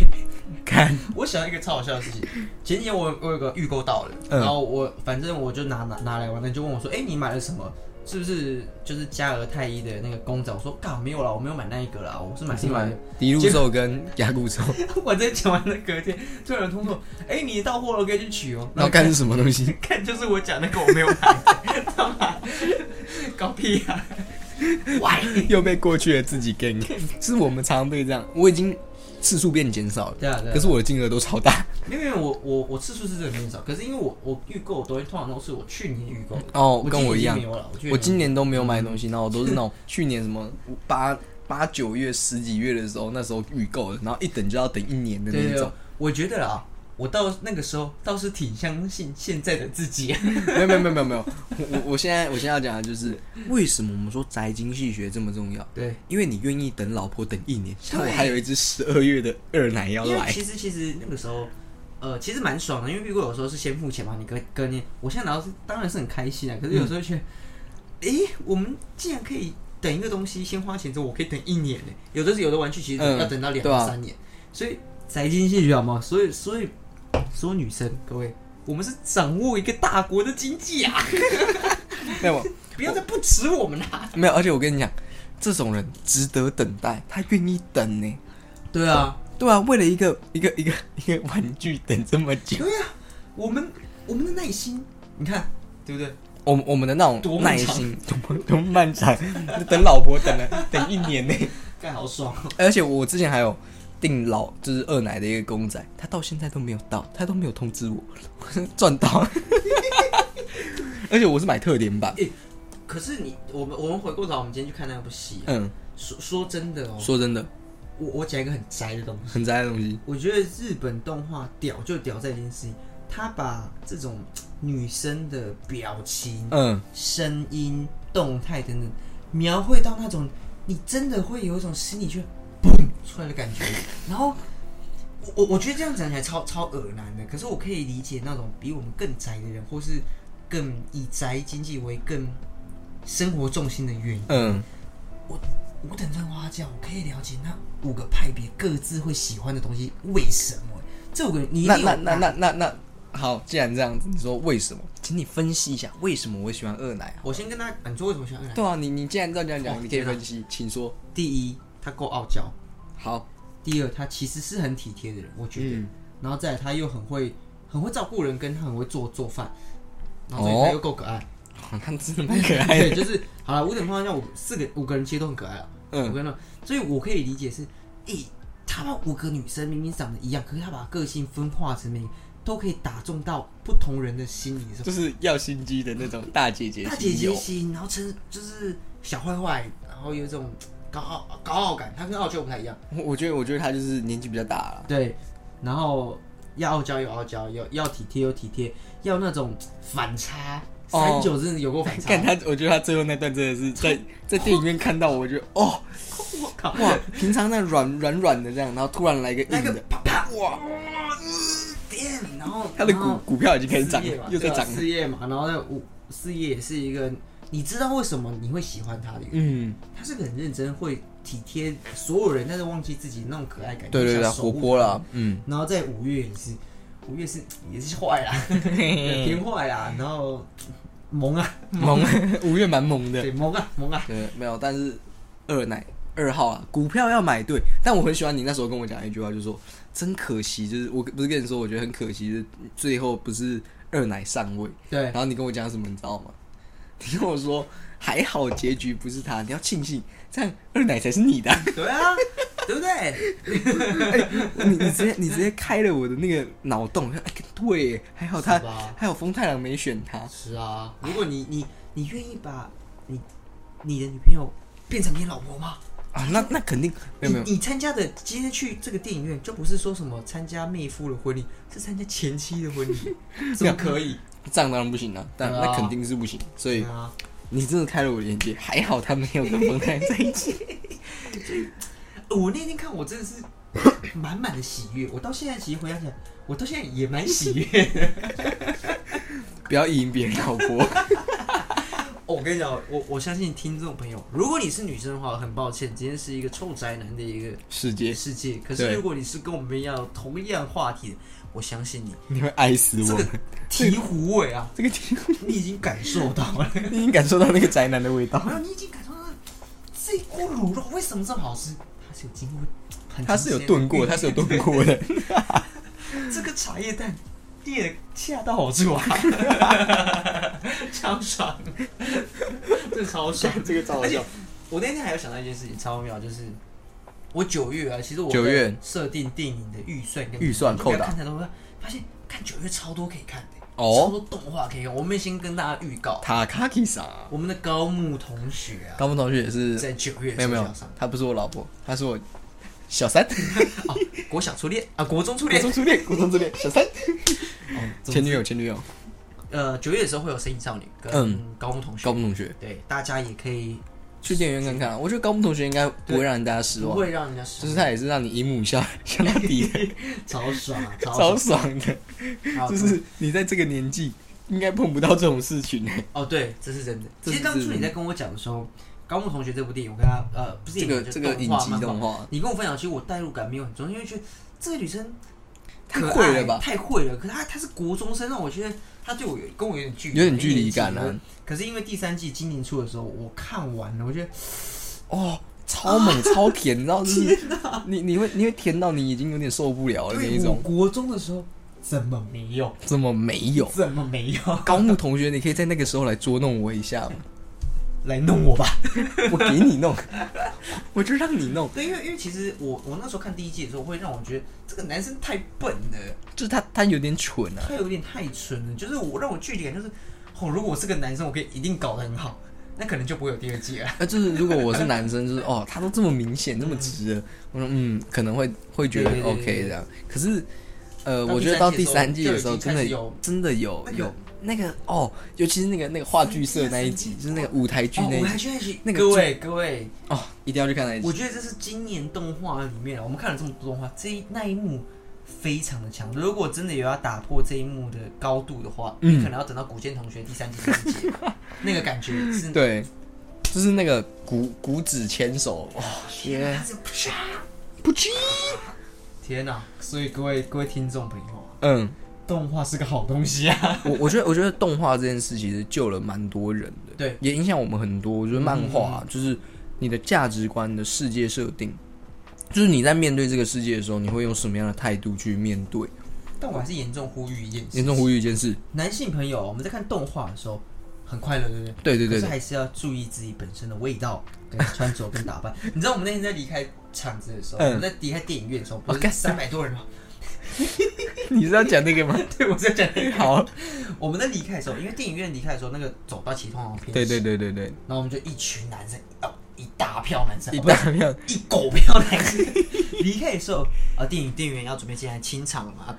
Speaker 2: 看，
Speaker 1: 我想到一个超好笑的事情。前几天我我有个预购到了，
Speaker 2: 嗯
Speaker 1: 然后我反正我就拿拿拿来玩，他就问我说：“哎、你买了什么？是不是就是加俄太一的那个公仔？”我说：“嘎，没有啦，我没有买那一个啦，我是买
Speaker 2: 是
Speaker 1: 另外
Speaker 2: 买
Speaker 1: 一个。
Speaker 2: 迪路兽跟牙骨
Speaker 1: [LAUGHS]
Speaker 2: 兽，
Speaker 1: 我在讲完的隔天，突然有人通说：“哎、你到货了，可以去取哦。”
Speaker 2: 然后看是什么东西？
Speaker 1: 看就是我讲那个我没有买， [LAUGHS] 他妈搞屁啊！喂，
Speaker 2: [LAUGHS] 又被过去的自己 g
Speaker 1: [LAUGHS]
Speaker 2: 是我们常常被这样。我已经次数变减少了，
Speaker 1: 对啊对啊
Speaker 2: [LAUGHS] 可是我的金额都超大。
Speaker 1: [LAUGHS] 没有没有，我我我次数是真的很少，可是因为我我预购的东西通常都是我去年预购的，
Speaker 2: 哦，
Speaker 1: 我
Speaker 2: 跟我一样
Speaker 1: 今年已经，没有了，我去
Speaker 2: 我今年都没有买东
Speaker 1: [LAUGHS]
Speaker 2: 西，然后我都是那种去年什么五八八九月、十几月的时候，那时候预购的，然后一等就要等一年的
Speaker 1: 对对
Speaker 2: 那
Speaker 1: 对
Speaker 2: 种。，
Speaker 1: 我觉得啦，我到那个时候倒是挺相信现在的自
Speaker 2: [LAUGHS]
Speaker 1: 己。
Speaker 2: 没有没有没有没有没有，我我我现在我现在要讲的就是为什么我们说宅经济学这么重要。
Speaker 1: 对，
Speaker 2: 因为你愿意等老婆等一年，像我
Speaker 1: 对
Speaker 2: 还有一只十二月的二奶要
Speaker 1: 因为
Speaker 2: 来，
Speaker 1: 其实其实那个时候，呃，其实蛮爽的，因为预购有时候是先付钱嘛，你隔隔年，我现在拿到是当然是很开
Speaker 2: 嗯
Speaker 1: 心啊，可是有时候却，诶、我们竟然可以等一个东西先花钱之后，我可以等一年呢、欸有的是有的玩具其实
Speaker 2: 嗯
Speaker 1: 要等到两、
Speaker 2: 对啊
Speaker 1: 三年，所以宅经济学好吗？所以所以所有女生各位，我们是掌握一个大国的经济啊，
Speaker 2: 没有
Speaker 1: 不要再不耻我们啦、
Speaker 2: 没有，而且我跟你讲，这种人值得等待，他愿意等呢。
Speaker 1: 对啊，
Speaker 2: 对啊，为了一个一个一个一个玩具等这么久，
Speaker 1: 对呀、我们我们的耐心，你看对不对？
Speaker 2: 我们我们的那
Speaker 1: 多
Speaker 2: 种耐
Speaker 1: 漫长
Speaker 2: 心多么多么漫长， [LAUGHS] 等老婆等了等一年呢。
Speaker 1: 盖好爽哦！
Speaker 2: 而且我之前还有订老就是二奶的一个公仔，他到现在都没有到，他都没有通知我， [LAUGHS] 我赚到了。 [LAUGHS] 而且我是买特点版，
Speaker 1: 可是你，我们我们回过头，我们今天去看那部戏、啊。
Speaker 2: 嗯，
Speaker 1: 说说真的哦，
Speaker 2: 说真的，
Speaker 1: 我我讲一个很宅的东西，
Speaker 2: 很宅的东西。
Speaker 1: 我觉得日本动画屌就屌在一件事情，他把这种嘖女生的表情、
Speaker 2: 嗯，
Speaker 1: 声音、动态等等，描绘到那种你真的会有一种心里就嘣出来的
Speaker 2: [LAUGHS]
Speaker 1: 感觉。然后我我我觉得这样讲起来超超恶难的，可是我可以理解那种比我们更宅的人，或是更以宅经济为更生活重心的原因。
Speaker 2: 嗯，
Speaker 1: 五等分花轿，我可以了解那五个派别各自会喜欢的东西为什么、这五个人你一
Speaker 2: 那
Speaker 1: 定有
Speaker 2: 那那那那那，好，既然这样子，你说为什么？请你分析一下为什么我喜欢二奶啊？
Speaker 1: 我先跟他，啊你说为什么喜欢二奶？
Speaker 2: 对啊，你你既然这样讲，
Speaker 1: 哦
Speaker 2: 你可以
Speaker 1: 天啊
Speaker 2: 分析，请说。
Speaker 1: 第一，他够傲娇；
Speaker 2: 好，
Speaker 1: 第二，他其实是很体贴的人，我觉得。
Speaker 2: 嗯，
Speaker 1: 然后再来他又很会很会照顾人，跟他很会做做饭，然后
Speaker 2: 哦
Speaker 1: 所以他又够可爱，
Speaker 2: [LAUGHS] 好看真的蛮可爱
Speaker 1: 对，
Speaker 2: 的。
Speaker 1: 就是好了。五点方向，我四个五个人其实都很可爱啊，五
Speaker 2: 嗯
Speaker 1: 个人都，所以我可以理解是，咦、他把五个女生明明长得一样，可是他把个性分化成每个都可以打中到不同人的心里的时候，
Speaker 2: 就是要心机的那种大姐姐
Speaker 1: 大姐姐心，然后成就是小坏坏，然后有一种高傲高傲感，他跟傲娇不太一样，
Speaker 2: 我我觉得我觉得她就是年纪比较大了，
Speaker 1: 对，然后。要傲娇有傲娇，要要体贴有体贴，要那种反差，
Speaker 2: 哦
Speaker 1: 三九真的有过反差。
Speaker 2: 看她，我觉得她最后那段真的是在在电影院看到，我觉得哦
Speaker 1: 我靠！
Speaker 2: [LAUGHS] 哇，平常那软软软的这样，然后突然来一个
Speaker 1: 那
Speaker 2: 硬
Speaker 1: 个
Speaker 2: 的，
Speaker 1: 啪啪哇，哇呃，damn，然后
Speaker 2: 他的股
Speaker 1: 哦
Speaker 2: 股票已经开始涨
Speaker 1: 事业嘛，
Speaker 2: 又在
Speaker 1: 对啊
Speaker 2: 涨。
Speaker 1: 事业嘛，然后呢，我事业也是一个，你知道为什么你会喜欢他的原因？
Speaker 2: 嗯，
Speaker 1: 他是个很认真，会体贴所有人，但是忘记自己那种可爱感，
Speaker 2: 对对
Speaker 1: 就
Speaker 2: 对，
Speaker 1: 想守护
Speaker 2: 活泼啦，嗯
Speaker 1: 他。，然后在五月也是，五月是也是坏啦，对偏坏啦，然后萌啊，
Speaker 2: [LAUGHS] 萌，五月蛮萌的。
Speaker 1: 对萌啊萌啊，
Speaker 2: 对，没有，但是二奶二号啊，股票要买对。但我很喜欢你那时候跟我讲一句话，就是说真可惜，就是我不是跟你说，我觉得很可惜，就是最后不是二奶上位。
Speaker 1: 对
Speaker 2: 然，后你跟我讲什么，你知道吗？ [LAUGHS] 你跟我说还好结局不是他，你要庆幸，这样二奶才是你
Speaker 1: [LAUGHS]
Speaker 2: 的啊、哎
Speaker 1: 对
Speaker 2: [LAUGHS]
Speaker 1: 啊，对不对？
Speaker 2: 你你直接你直接开了我的那个脑洞，哎对耶，还好他
Speaker 1: 是吧
Speaker 2: 还有风太郎没选他，
Speaker 1: 是啊，如果你你你愿意把你你的女朋友变成你老婆吗？
Speaker 2: 啊，那那肯定
Speaker 1: 你
Speaker 2: 没有没有，
Speaker 1: 你参加的今天去这个电影院，就不是说什么参加妹夫的婚礼，是参加前妻的婚
Speaker 2: [LAUGHS]
Speaker 1: 礼，怎么可以？
Speaker 2: 这样当然不行了、但
Speaker 1: 对啊
Speaker 2: 那肯定是不行，所以
Speaker 1: 对啊，
Speaker 2: 你真的开了我的眼界，还好他没有跟风太郎在一 [LAUGHS] 起。
Speaker 1: 呃我那天看我真的
Speaker 2: [LAUGHS]
Speaker 1: 是满满的喜悦，我到现在其实回想起来，我到现在也蛮喜
Speaker 2: [LAUGHS]
Speaker 1: 悦的。
Speaker 2: 不要意淫别人老婆，
Speaker 1: 哦我跟你讲，我我相信听众朋友，如果你是女生的话，很抱歉，今天是一个臭宅男的一个
Speaker 2: 世界
Speaker 1: 世界。可
Speaker 2: 对
Speaker 1: 是如果你是跟我们一样有同样话题的，我相信你
Speaker 2: 你会爱死
Speaker 1: 这
Speaker 2: 我
Speaker 1: 个
Speaker 2: 们。
Speaker 1: 醍醐味
Speaker 2: [LAUGHS]
Speaker 1: 啊，
Speaker 2: 这个题目，
Speaker 1: 你已经感受到了。
Speaker 2: 你已经感受到那个宅男的味道
Speaker 1: 没。有，你已经感受到这一锅卤肉为什么这么好吃？它是有经过很
Speaker 2: 他是有炖过，他是有炖过的。嗯
Speaker 1: 这个茶叶蛋你也恰到好
Speaker 2: [LAUGHS]
Speaker 1: 处啊，超爽，这超爽，
Speaker 2: 这个超好笑
Speaker 1: 而且我那天还有想到一件事情，超妙，就是我九月啊，其实我
Speaker 2: 九月
Speaker 1: 在设定电影的预算跟
Speaker 2: 预算扣打
Speaker 1: 我就不要看太多，发现看九月超多可以看的，
Speaker 2: [LAUGHS] 哦
Speaker 1: 超多动画可以看。我们先跟大家预告，
Speaker 2: 塔卡基桑，
Speaker 1: 我们的高木同学啊，
Speaker 2: 高木同学也
Speaker 1: 在
Speaker 2: 是，
Speaker 1: 九月
Speaker 2: 没有没有
Speaker 1: 上，上
Speaker 2: 他不是我老婆，他是我小三，
Speaker 1: 哦，国小初恋啊，国中初
Speaker 2: [LAUGHS] 国
Speaker 1: 恋，
Speaker 2: 中初恋，国中初恋，小三，
Speaker 1: 哦
Speaker 2: [LAUGHS] 前女友，前女友，
Speaker 1: 呃，九月的时候会有《神隐少女》
Speaker 2: 嗯
Speaker 1: 跟高中同学，
Speaker 2: 高木同学
Speaker 1: 对，大家也可以
Speaker 2: 去电影院看啊看。我觉得高木同学应该不会让大家失
Speaker 1: 不
Speaker 2: 望，
Speaker 1: 会让人家失
Speaker 2: 就是
Speaker 1: 望，
Speaker 2: 他也是让你姨母笑笑到底 [LAUGHS] 的，
Speaker 1: 超爽
Speaker 2: [LAUGHS]
Speaker 1: 啊，
Speaker 2: 超
Speaker 1: 超
Speaker 2: 爽的。
Speaker 1: 爽，
Speaker 2: 就
Speaker 1: 好
Speaker 2: 是你在这个年纪应该碰不到这种事情呢。
Speaker 1: 哦，对，这是真的。
Speaker 2: 这
Speaker 1: 其
Speaker 2: 是
Speaker 1: 实当初你在跟我讲的时候，高木同学这部电影，我跟他呃，不是
Speaker 2: 这个
Speaker 1: 电影
Speaker 2: 这个
Speaker 1: 就是
Speaker 2: 影
Speaker 1: 动画
Speaker 2: 集
Speaker 1: 漫画
Speaker 2: 动画
Speaker 1: 你跟我分享，其实我代入感没有很重，因为觉得这个女生
Speaker 2: 太
Speaker 1: 可
Speaker 2: 会
Speaker 1: 爱
Speaker 2: 了吧
Speaker 1: 太会了。可是她她是国中生，让我觉得她对我有跟我有点距离，
Speaker 2: 有点距离感啊
Speaker 1: 有点距离可是因为第三季今年出的时候，我看完了，我觉得
Speaker 2: 哦，超
Speaker 1: [LAUGHS]
Speaker 2: 猛、超甜，你知道就是你你会你会甜到你已经有点受不了了那
Speaker 1: 对
Speaker 2: 一
Speaker 1: 哎我
Speaker 2: 种。
Speaker 1: 国中的时候怎么没有？
Speaker 2: 怎么没有？
Speaker 1: 怎么没有？
Speaker 2: 高木同学，你可以在那个时候来捉弄我一下吗？
Speaker 1: 来弄我吧。
Speaker 2: 我给你
Speaker 1: [LAUGHS]
Speaker 2: 弄，我就让你弄。
Speaker 1: 对，因为因为其实我我那时候看第一季的时候，会让我觉得这个男生太笨了，
Speaker 2: 就是他他有点蠢啊，
Speaker 1: 他有点太蠢了。就是我让我距离感就是，哦，如果我是个男生，我可以一定搞得很好，那可能就不会有第二季了。
Speaker 2: 那就是如果我是男生，就是哦，他都这么明显，这么直了，我说嗯，可能会会觉得
Speaker 1: 对对对
Speaker 2: OK 这样。可是，呃，
Speaker 1: 到
Speaker 2: 我觉得到第
Speaker 1: 第
Speaker 2: 三
Speaker 1: 三
Speaker 2: 季
Speaker 1: 季
Speaker 2: 的
Speaker 1: 的
Speaker 2: 时
Speaker 1: 时
Speaker 2: 候，
Speaker 1: 候
Speaker 2: 真
Speaker 1: 就
Speaker 2: 的
Speaker 1: 已经开始有
Speaker 2: 真的有
Speaker 1: 那个
Speaker 2: 有那个哦，尤其是那个那个话剧社那一集，就是那个舞台剧
Speaker 1: 哦
Speaker 2: 那，一
Speaker 1: 我还
Speaker 2: 集
Speaker 1: 觉得
Speaker 2: 那个
Speaker 1: 各位各位，
Speaker 2: 哦，一定要去看那一
Speaker 1: 我
Speaker 2: 集。
Speaker 1: 觉得这是今年动画里面，我们看了这么多动画，这一那一幕。非常的强，如果真的有要打破这一幕的高度的话，
Speaker 2: 嗯
Speaker 1: 你可能要等到古剑同学第三季才能
Speaker 2: [LAUGHS]
Speaker 1: 结，那个感觉是，
Speaker 2: 对，就是那个股股指牵手，哦哇，天
Speaker 1: 他是啪
Speaker 2: 不知
Speaker 1: 天哪、所以各位各位听众朋友啊，
Speaker 2: 嗯。
Speaker 1: 动画是个好东西啊。
Speaker 2: 我我觉得，我觉得动画这件事其实救了蛮多人的，
Speaker 1: [LAUGHS] 对
Speaker 2: 也影响我们很多。我觉得漫画啊、就是你的价值观的世界设定，就是你在面对这个世界的时候，你会用什么样的态度去面对？
Speaker 1: 但我还是严重呼吁一件事：
Speaker 2: 严重呼吁一件事，
Speaker 1: 男性朋友，我们在看动画的时候很快乐，对不对？
Speaker 2: 对对对
Speaker 1: 可是
Speaker 2: 对，
Speaker 1: 还是要注意自己本身的味道、跟穿着、跟打扮。 [LAUGHS] 你知道我们那天在离开场子的时候，
Speaker 2: 嗯
Speaker 1: 我们在离开电影院的时候，不
Speaker 2: 我干
Speaker 1: 是三百多人吗？ [LAUGHS]
Speaker 2: 你是要讲那个吗？
Speaker 1: 对，我在讲。
Speaker 2: 好，
Speaker 1: 我们在离开的时候，因为电影院离开的时候，那个走道其实通常偏
Speaker 2: 对对
Speaker 1: 小，
Speaker 2: 对对对，
Speaker 1: 然后我们就一群男生，哦，一大票男生，
Speaker 2: 一
Speaker 1: 哦不是
Speaker 2: 大票，
Speaker 1: 一狗不要来。 [LAUGHS] 离开的时候，啊，电影店员要准备进来清场了嘛，啊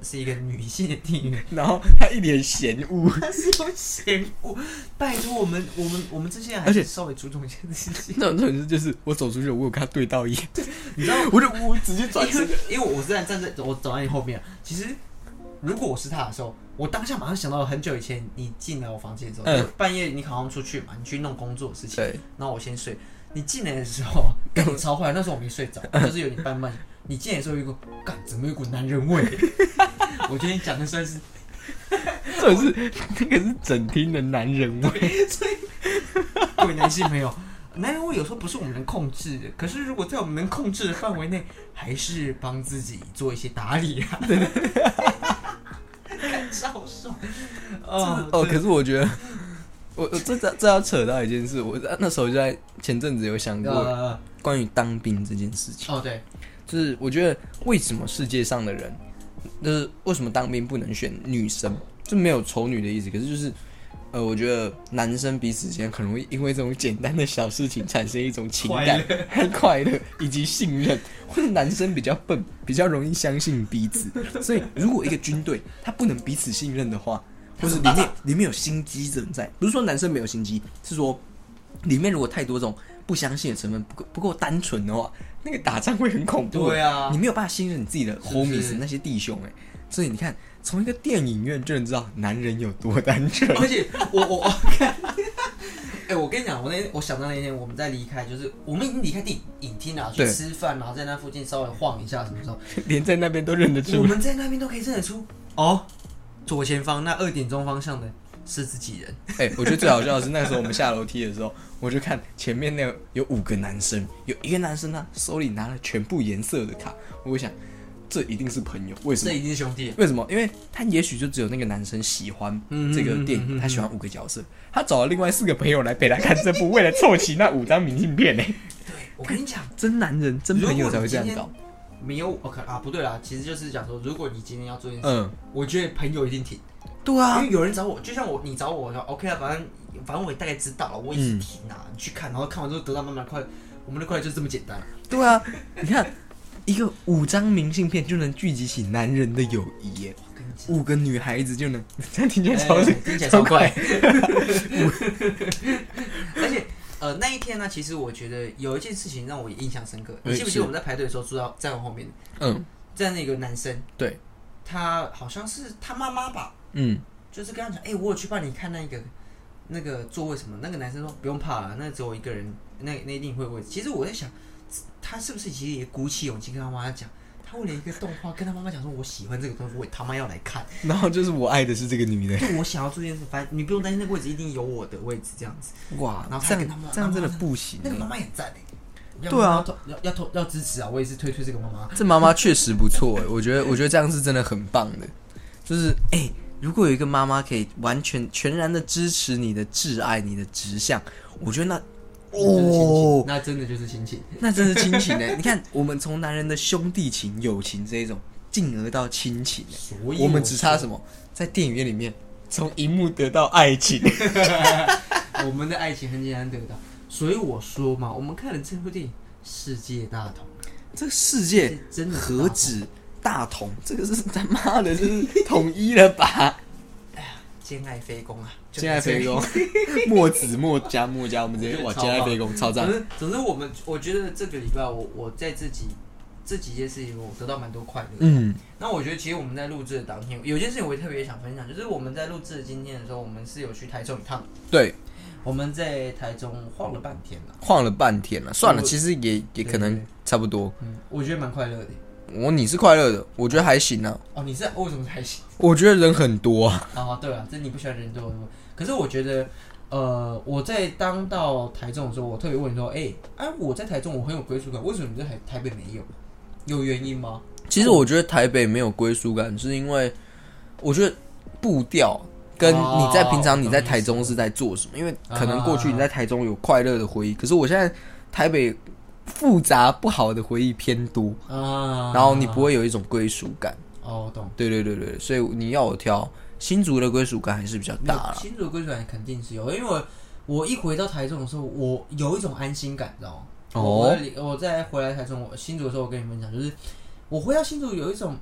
Speaker 1: 是一个女性的店
Speaker 2: [LAUGHS]
Speaker 1: 员，
Speaker 2: 然后他一脸嫌恶，
Speaker 1: 她是有嫌恶。拜托我们，我们，我们这些人
Speaker 2: 而
Speaker 1: 还
Speaker 2: 且
Speaker 1: 是稍微注重一件事
Speaker 2: [LAUGHS]
Speaker 1: 情。
Speaker 2: 那种那种就是我走出去，我有跟他对到眼，
Speaker 1: 你知道，
Speaker 2: 我就我直接转
Speaker 1: 因
Speaker 2: 身
Speaker 1: 啊为，因为我虽然站在我走在你后面，其实如果我是他的时候，我当下马上想到了很久以前你进来我房间之后，
Speaker 2: 嗯
Speaker 1: 就半夜你好像出去嘛，你去弄工作的事情，
Speaker 2: 对，
Speaker 1: 然后我先睡。你进来的时候，跟你超坏，那时候我没睡着，就是有点半梦。你进来的时候有一股，干怎么有一股男人味？ [LAUGHS] 我觉得你讲的算是，
Speaker 2: 这是那个是整厅的男人味。
Speaker 1: 各位男性朋友，男人味有时候不是我们能控制的，可是如果在我们能控制的范围内，还是帮自己做一些打理啊。 [LAUGHS] 干超爽，哦
Speaker 2: 哦，可是我觉得，我我这这这要扯到一件事，我那时候就在前阵子有想过
Speaker 1: 呃，
Speaker 2: 关于当兵这件事情，
Speaker 1: 哦对，
Speaker 2: 就是我觉得为什么世界上的人，就是为什么当兵不能选女生，就没有丑女的意思，可是就是。呃，我觉得男生彼此之间很容易因为这种简单的小事情产生一种情感和快乐， [LAUGHS] 以及信任。或者男生比较笨，比较容易相信彼此，所以如果一个军队他不能彼此信任的话，或是
Speaker 1: [LAUGHS]
Speaker 2: 里面里面有心机存在，不是说男生没有心机，是说里面如果太多这种不相信的成分，不够不够单纯的话，那个打仗会很恐怖。
Speaker 1: 对啊
Speaker 2: 你没有办法信任你自己的
Speaker 1: 是不是
Speaker 2: homies 那些弟兄哎、所以你看，从一个电影院就能知道男人有多单纯。
Speaker 1: [LAUGHS] 而且我我我，哎、我跟你讲，我那我想到那天我们在离开，就是我们已经离开电影影厅了，去
Speaker 2: 对
Speaker 1: 吃饭，然后在那附近稍微晃一下，什么时候
Speaker 2: 连在那边都认得
Speaker 1: 我
Speaker 2: 出来。
Speaker 1: 们在那边都可以认得出哦，左前方那二点钟方向的是自己人，
Speaker 2: 哎、我觉得最好笑的是那时候我们下楼梯的时候，我就看前面那有五个男生，有一个男生他手里拿了全部颜色的卡，我就想这一定是朋友，为什
Speaker 1: 这
Speaker 2: 么？
Speaker 1: 一定是兄弟。
Speaker 2: 为什么？因为他也许就只有那个男生喜欢
Speaker 1: 嗯
Speaker 2: 这个电
Speaker 1: 嗯嗯嗯
Speaker 2: 影，
Speaker 1: 嗯
Speaker 2: 他喜欢五个角色，他找了另外四个朋友来陪他看这部，为了凑齐那五张明信片呢、
Speaker 1: 我跟你讲，
Speaker 2: [LAUGHS] 真男人，真朋友才会这样搞。
Speaker 1: 没有 OK 啊，不对啦，其实就是讲说，如果你今天要做一件事，
Speaker 2: 嗯，
Speaker 1: 我觉得朋友一定挺，
Speaker 2: 对啊
Speaker 1: 因，为有人找我，就像我你找我，我说 OK 啊，反正反正我也大概知道了，我也是挺啊，你去看，然后看完之后得到满满的快乐，我们的快乐就是这么简单。
Speaker 2: 对啊。你看，一个五张明信片就能聚集起男人的友谊耶，
Speaker 1: 我跟你讲。
Speaker 2: 五个女孩子就能， [LAUGHS] 这样
Speaker 1: [LAUGHS]
Speaker 2: 听起来
Speaker 1: 哎
Speaker 2: 超、
Speaker 1: 听起来超
Speaker 2: 快
Speaker 1: 快。 [LAUGHS] 而且呃，那一天呢，其实我觉得有一件事情让我印象深刻。
Speaker 2: 哎
Speaker 1: 你记不记
Speaker 2: 是
Speaker 1: 得我们在排队的时候，坐到站我后面，
Speaker 2: 嗯，
Speaker 1: 站那个男生，
Speaker 2: 对，
Speaker 1: 他好像是他妈妈吧，
Speaker 2: 嗯，
Speaker 1: 就是跟他讲，哎、我有去帮你看那个那个座位什么。那个男生说不用怕了，那只有我一个人，那那一定会位置。其实我在想，他是不是其实也鼓起勇气跟他妈妈讲。他为了一个动画，跟他妈妈讲说：“我喜欢这个东西，我他妈要来看，
Speaker 2: 然后就是我爱的是这个女的，
Speaker 1: 就我想要做这件事。反正你不用担心，那个位置一定有我的位置，这样子。”
Speaker 2: 哇
Speaker 1: 然后他
Speaker 2: 这
Speaker 1: 跟他
Speaker 2: 样
Speaker 1: 妈
Speaker 2: 这样真的不行啊
Speaker 1: 那个
Speaker 2: 耶
Speaker 1: 妈妈也很赞欸
Speaker 2: 对啊，
Speaker 1: 要要要投要支持啊！我也是推推这个妈妈。
Speaker 2: 这妈妈确实不错哎，我觉得我觉得这样是真的很棒的，就是哎、如果有一个妈妈可以完全全然的支持你的挚爱、你的志向，我觉得那哦，
Speaker 1: 那真的就是亲情，
Speaker 2: 那真是亲情哎！你看，我们从男人的兄弟情、友情这一种，进而到亲情哎，
Speaker 1: 所以
Speaker 2: 我们只差
Speaker 1: 么？
Speaker 2: 什么，在电影院里面从荧幕得到爱情。
Speaker 1: 我们的爱情很简单得到，所以我说嘛，我们看了这部电影，世界大同，啊
Speaker 2: [LAUGHS] 这个世界
Speaker 1: 真的是
Speaker 2: 何止大同，这个是他妈的，这是统一了 [LAUGHS] 吧？
Speaker 1: 兼爱非攻啊！就
Speaker 2: 现在
Speaker 1: 在这
Speaker 2: 飞
Speaker 1: 里
Speaker 2: 攻， [LAUGHS] 墨子墨家墨家，我们直接哇，
Speaker 1: 我觉得超棒
Speaker 2: 现在飞攻超赞
Speaker 1: [LAUGHS] 总！之，总之，我们我觉得这个礼拜我，我在自己这几件事情，我得到蛮多快乐。
Speaker 2: 嗯，
Speaker 1: 那我觉得，其实我们在录制的当天，有件事情我也特别想分享，就是我们在录制的今天的时候，我们是有去台中一趟，
Speaker 2: 对，
Speaker 1: 我们在台中晃了半天了。
Speaker 2: 晃了半天了，算了，
Speaker 1: 我
Speaker 2: 其实也也可能差不多。
Speaker 1: 嗯，我觉得蛮快乐的。
Speaker 2: 我你是快乐的，我觉得还行啊。
Speaker 1: 哦，你是哦为什么才行？
Speaker 2: 我觉得人很多啊，
Speaker 1: [LAUGHS] 哦，对了，这你不喜欢人多，可是我觉得，呃，我在当到台中的时候，我特别问你说，哎、哎、我在台中我很有归属感，为什么你在台台北没有？有原因吗？
Speaker 2: 其实我觉得台北没有归属感，是因为我觉得步调跟
Speaker 1: 哦
Speaker 2: 你在平常你在
Speaker 1: 我懂意思
Speaker 2: 台中是在做什么，因为可能过去你在台中有快乐的回忆，可是我现在台北复杂不好的回忆偏多，
Speaker 1: 啊
Speaker 2: 然后你不会有一种归属感。
Speaker 1: 哦，我懂。
Speaker 2: 对对对对，所以你要我挑新竹的归属感还是比较
Speaker 1: 没
Speaker 2: 大
Speaker 1: 有
Speaker 2: 了。
Speaker 1: 新竹的归属感肯定是有，因为我我一回到台中的时候，我有一种安心感，你知道吗？
Speaker 2: 哦
Speaker 1: 我在我在回来台中，我新竹的时候，我跟你分享，就是我回到新竹有一种，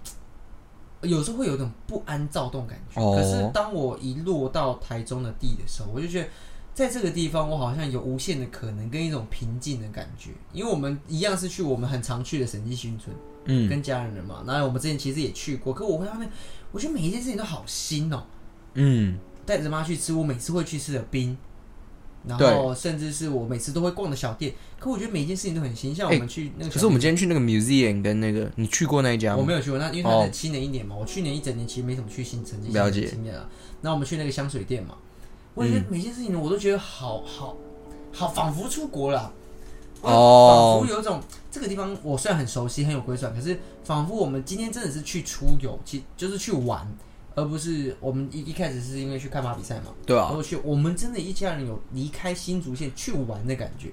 Speaker 1: 有时候会有一种不安躁动感觉。
Speaker 2: 哦
Speaker 1: 可是当我一落到台中的地的时候，我就觉得在这个地方，我好像有无限的可能跟一种平静的感觉，因为我们一样是去我们很常去的审计新村，
Speaker 2: 嗯
Speaker 1: 跟家人人嘛。然后我们之前其实也去过，可我回到那边，我觉得每一件事情都好新哦、
Speaker 2: 嗯，
Speaker 1: 带着妈去吃我每次会去吃的冰，然
Speaker 2: 对
Speaker 1: 后甚至是我每次都会逛的小店。可我觉得每一件事情都很新，像我们去那个
Speaker 2: 可
Speaker 1: 小
Speaker 2: 是我
Speaker 1: 店、
Speaker 2: 们今天去那个 museum 跟那个你去过那一家
Speaker 1: 我
Speaker 2: 吗？
Speaker 1: 没有去过那，因为它
Speaker 2: 哦
Speaker 1: 是新的一年嘛。我去年一整年其实没怎么去新城这
Speaker 2: 了解嗯
Speaker 1: 经验啊。那我们去那个香水店嘛，我觉得每件事情我都觉得好好好，仿佛出国了啊。我
Speaker 2: 哦
Speaker 1: 仿佛有一种这个地方我虽然很熟悉很有归属感，可是仿佛我们今天真的是去出游，其就是去玩，而不是我们一一开始是因为去看马比赛嘛。
Speaker 2: 对
Speaker 1: 然
Speaker 2: 啊，
Speaker 1: 后去，我们真的一家人有离开新竹县去玩的感觉，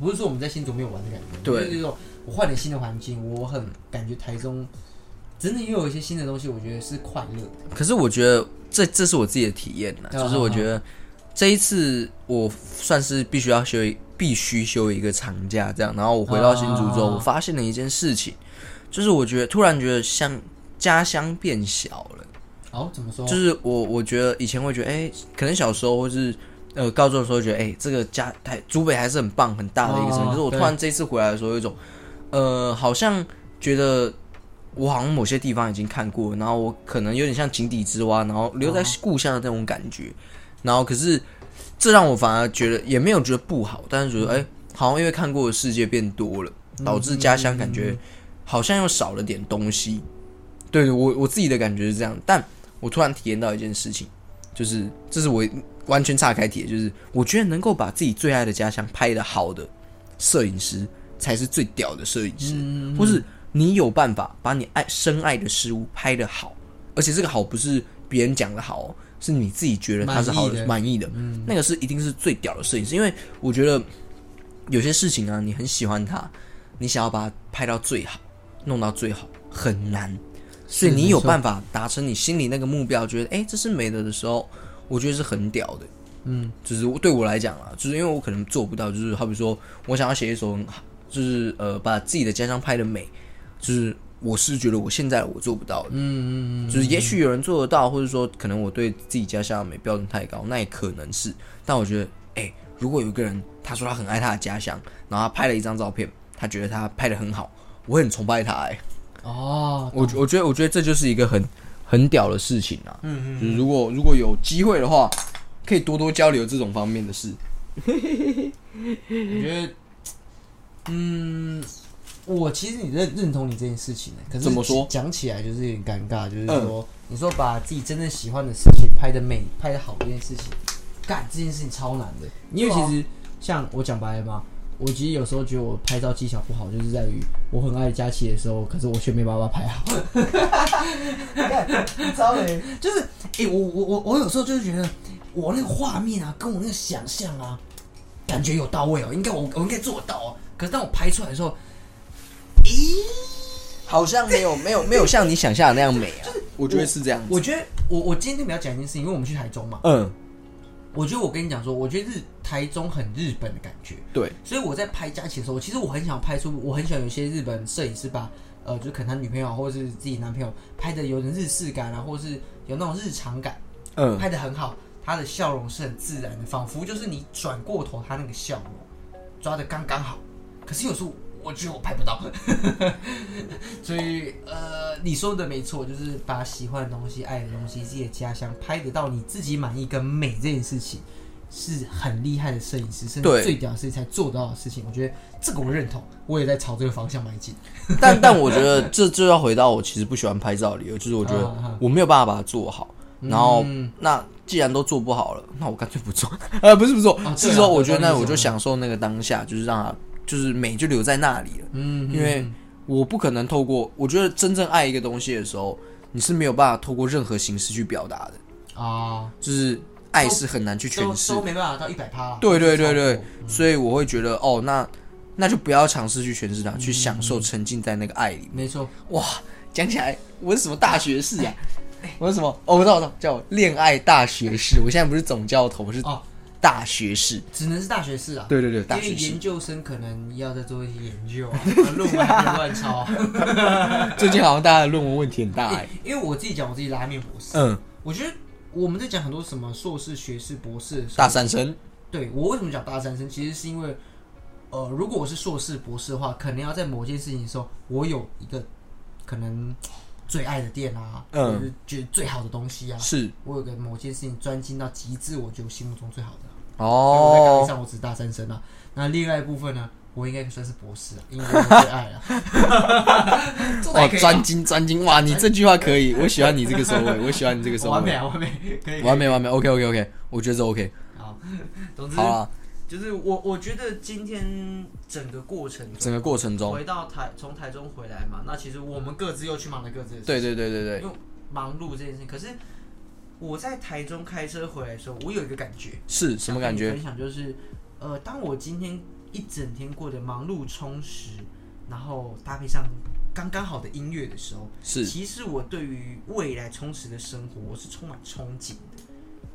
Speaker 1: 不是说我们在新竹没有玩的感觉，
Speaker 2: 对
Speaker 1: 就是说我换点新的环境，我很感觉台中真的又有一些新的东西，我觉得是快乐的。
Speaker 2: 可是我觉得这这是我自己的体验啦，
Speaker 1: 啊
Speaker 2: 就是我觉得这一次我算是必须要休必须休一个长假这样，然后我回到新竹之后，
Speaker 1: 啊
Speaker 2: 我发现了一件事情，就是我觉得突然觉得像家乡变小了。
Speaker 1: 哦，怎么说？
Speaker 2: 就是我我觉得以前会觉得，哎、可能小时候或是呃高中的时候觉得，哎、这个家台竹北还是很棒很大的一个城
Speaker 1: 哦
Speaker 2: 市。可是我突然这次回来的时候，有一种呃，好像觉得我好像某些地方已经看过了，然后我可能有点像井底之蛙，然后留在故乡的那种感觉。然后可是这让我反而觉得也没有觉得不好，但是觉得哎、好像因为看过的世界变多了，导致家乡感觉好像又少了点东西。对我我自己的感觉是这样，但我突然体验到一件事情，就是这是我完全岔开题的，就是我觉得能够把自己最爱的家乡拍的好的摄影师才是最屌的摄影师，
Speaker 1: 嗯
Speaker 2: 或是你有办法把你爱深爱的事物拍的好，而且这个好不是别人讲的好、哦，是你自己觉得它是好
Speaker 1: 满意的嗯
Speaker 2: 满意的，那个是一定是最屌的摄影师，因为我觉得有些事情啊，你很喜欢它，你想要把它拍到最好，弄到最好很难，所以
Speaker 1: 是
Speaker 2: 你
Speaker 1: 没
Speaker 2: 有
Speaker 1: 错
Speaker 2: 办法达成你心里那个目标，觉得哎、诶这是美的的时候，我觉得是很屌的。
Speaker 1: 嗯，
Speaker 2: 就是对我来讲啦，就是因为我可能做不到，就是好比说我想要写一首很好，就是呃把自己的家乡拍的美，就是我是觉得我现在我做不到的。
Speaker 1: 嗯嗯嗯，
Speaker 2: 就是也许有人做得到，或者说可能我对自己家乡的美标准太高，那也可能是。但我觉得，哎、如果有一个人他说他很爱他的家乡，然后他拍了一张照片，他觉得他拍的很好，我很崇拜他、 [LAUGHS] 哎，
Speaker 1: 哦，
Speaker 2: 我我觉得我觉得这就是一个很很屌的事情啊。
Speaker 1: 嗯嗯，
Speaker 2: 就是如果如果有机会的话，可以多多交流这种方面的事。
Speaker 1: 我觉得，嗯。我其实你认认同你这件事情呢，可是
Speaker 2: 怎么说
Speaker 1: 讲起来就是有点尴尬，就是
Speaker 2: 嗯
Speaker 1: 说，你说把自己真正喜欢的事情拍的美、拍的好这件事情，干这件事情超难的，因为
Speaker 2: 对
Speaker 1: 其
Speaker 2: 啊
Speaker 1: 实像我讲白了嘛，我其实有时候觉得我拍照技巧不好，就是在于我很爱佳琪的时候，可是我却没办法拍好。
Speaker 2: 招人
Speaker 1: 就是，诶，我我我我有时候就是觉得，我那个画面啊，跟我那个想象啊，感觉有到位哦，应该我我应该做得到哦。可是当我拍出来的时候，咦，
Speaker 2: 好像没 [LAUGHS] 有没有没有像你想象的那样美啊。我觉得是这样子。
Speaker 1: 我觉得我我今天特别要讲一件事情，因为我们去台中嘛，
Speaker 2: 嗯，
Speaker 1: 我觉得我跟你讲说，我觉得日台中很日本的感觉，
Speaker 2: 对，
Speaker 1: 所以我在拍佳琪的时候，其实我很想拍出，我很喜欢有些日本摄影师把，呃，就是可能他女朋友啊或者是自己男朋友拍的有点日式感啊，或者是有那种日常感，
Speaker 2: 嗯，
Speaker 1: 拍的很好，他的笑容是很自然的，仿佛就是你转过头，他那个笑容抓的刚刚好。可是有时候我觉得我拍不到， [LAUGHS] 所以呃，你说的没错，就是把喜欢的东西、爱的东西、自己的家乡拍得到你自己满意跟美这件事情，是很厉害的摄影师，甚至
Speaker 2: 对
Speaker 1: 最屌的事情才做到的事情。我觉得这个我认同，我也在朝这个方向迈进。
Speaker 2: [LAUGHS] 但但我觉得这就要回到我其实不喜欢拍照的理由，就是我觉
Speaker 1: 啊啊
Speaker 2: 得
Speaker 1: 啊
Speaker 2: 我没有办法把它做好。然后、
Speaker 1: 嗯
Speaker 2: 那既然都做不好了，那我干脆不做。 [LAUGHS] 呃，不是不做，
Speaker 1: 啊
Speaker 2: 是
Speaker 1: 对啊
Speaker 2: 说
Speaker 1: 对
Speaker 2: 我觉得
Speaker 1: 对
Speaker 2: 那
Speaker 1: 对
Speaker 2: 我就
Speaker 1: 对
Speaker 2: 享受那个当下，就是让它就是美就留在那里了。
Speaker 1: 嗯
Speaker 2: 因为我不可能透过我觉得真正爱一个东西的时候，你是没有办法透过任何形式去表达的，
Speaker 1: 啊，
Speaker 2: 就是爱是很难去诠
Speaker 1: 都
Speaker 2: 释
Speaker 1: 都。没办法到一百趴啦。
Speaker 2: 对对
Speaker 1: 就是超
Speaker 2: 对对
Speaker 1: 过，
Speaker 2: 所以我会觉得哦，那那就不要尝试去诠释它，去享受沉浸在那个爱里面。
Speaker 1: 没错。
Speaker 2: 哇，讲起来我是什么大学士啊？我是什么？哦，我知道，我知道，叫我恋爱大学士。我现在不是总教头，我是
Speaker 1: 哦
Speaker 2: 大学士。
Speaker 1: 只能是大学士啊。
Speaker 2: 对对对，
Speaker 1: 因
Speaker 2: 大
Speaker 1: 为
Speaker 2: 学士
Speaker 1: 研。究生可能要再做一些研究
Speaker 2: [LAUGHS]
Speaker 1: 啊，论文不能乱抄啊。
Speaker 2: 最近好像大家的论文问题很大 [LAUGHS] 哎、
Speaker 1: 欸 [LAUGHS] 因为我自己讲我自己拉面博士，
Speaker 2: 嗯，
Speaker 1: 我觉得我们在讲很多什么硕士、学士、博士的时候，
Speaker 2: 大三生。
Speaker 1: 对我为什么讲大三生，其实是因为，呃，如果我是硕士、博士的话，可能要在某件事情的时候，我有一个可能最爱的店啊，
Speaker 2: 嗯
Speaker 1: 或者是觉得最好的东西啊，
Speaker 2: 是
Speaker 1: 我有个某件事情专精到极致，我觉得我心目中最好的啊、所以我在感情
Speaker 2: 哦，
Speaker 1: 上我只是大三生啊。那恋爱部分呢，我应该算是博士、啊，因为我有最 [LAUGHS] 爱了。这
Speaker 2: 哇，
Speaker 1: 还可以啊
Speaker 2: 哦专精专精，哇，你这句话可以，我喜欢你这个收尾，我喜欢你这个收
Speaker 1: 完美
Speaker 2: 尾，
Speaker 1: 啊，完美，可以。
Speaker 2: 完
Speaker 1: 美。
Speaker 2: 美完美，OK OK OK，我觉得这 OK，
Speaker 1: 好，总之
Speaker 2: 好啊，
Speaker 1: 就是我，我觉得今天整个过程中，
Speaker 2: 整个过程中，
Speaker 1: 回到台从台中回来嘛，那其实我们各自又去忙了各自的事，
Speaker 2: 对对对对对，
Speaker 1: 因为忙碌这件事情。可是我在台中开车回来的时候，我有一个感觉，
Speaker 2: 是什么感
Speaker 1: 想
Speaker 2: 觉？
Speaker 1: 跟你分享就是，呃，当我今天一整天过得忙碌充实，然后搭配上刚刚好的音乐的时候，
Speaker 2: 是
Speaker 1: 其实我对于未来充实的生活，我是充满憧憬的。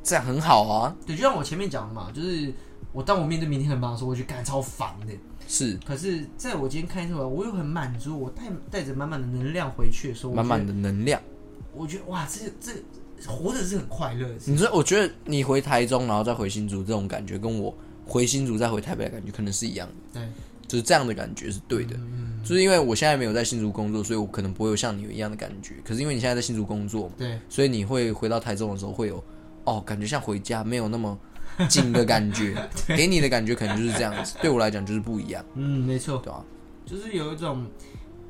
Speaker 2: 这样很好啊，
Speaker 1: 对，就像我前面讲的嘛，就是我当我面对明天很忙的时候，我就感觉干超烦的。
Speaker 2: 是
Speaker 1: 可是在我今天看出来，我又很满足，我带带着满满的能量回去的时候，我
Speaker 2: 满满
Speaker 1: 觉
Speaker 2: 的嗯能量。
Speaker 1: 得，我觉得哇，这这活着是很快乐的事。
Speaker 2: 你知道，我觉得你回台中然后再回新竹这种感觉，跟我回新竹再回台北的感觉可能是一样的，
Speaker 1: 对，
Speaker 2: 就是这样的感觉是对的。
Speaker 1: 嗯，
Speaker 2: 就是因为我现在没有在新竹工作，所以我可能不会有像你一样的感觉。可是因为你现在在新竹工作嘛，
Speaker 1: 对，
Speaker 2: 所以你会回到台中的时候会有，哦，感觉像回家没有那么紧的感觉，给你的感觉可能就是这样子。对我来讲就是不一样，
Speaker 1: 嗯，没错，
Speaker 2: 对吧、
Speaker 1: 就是有一种，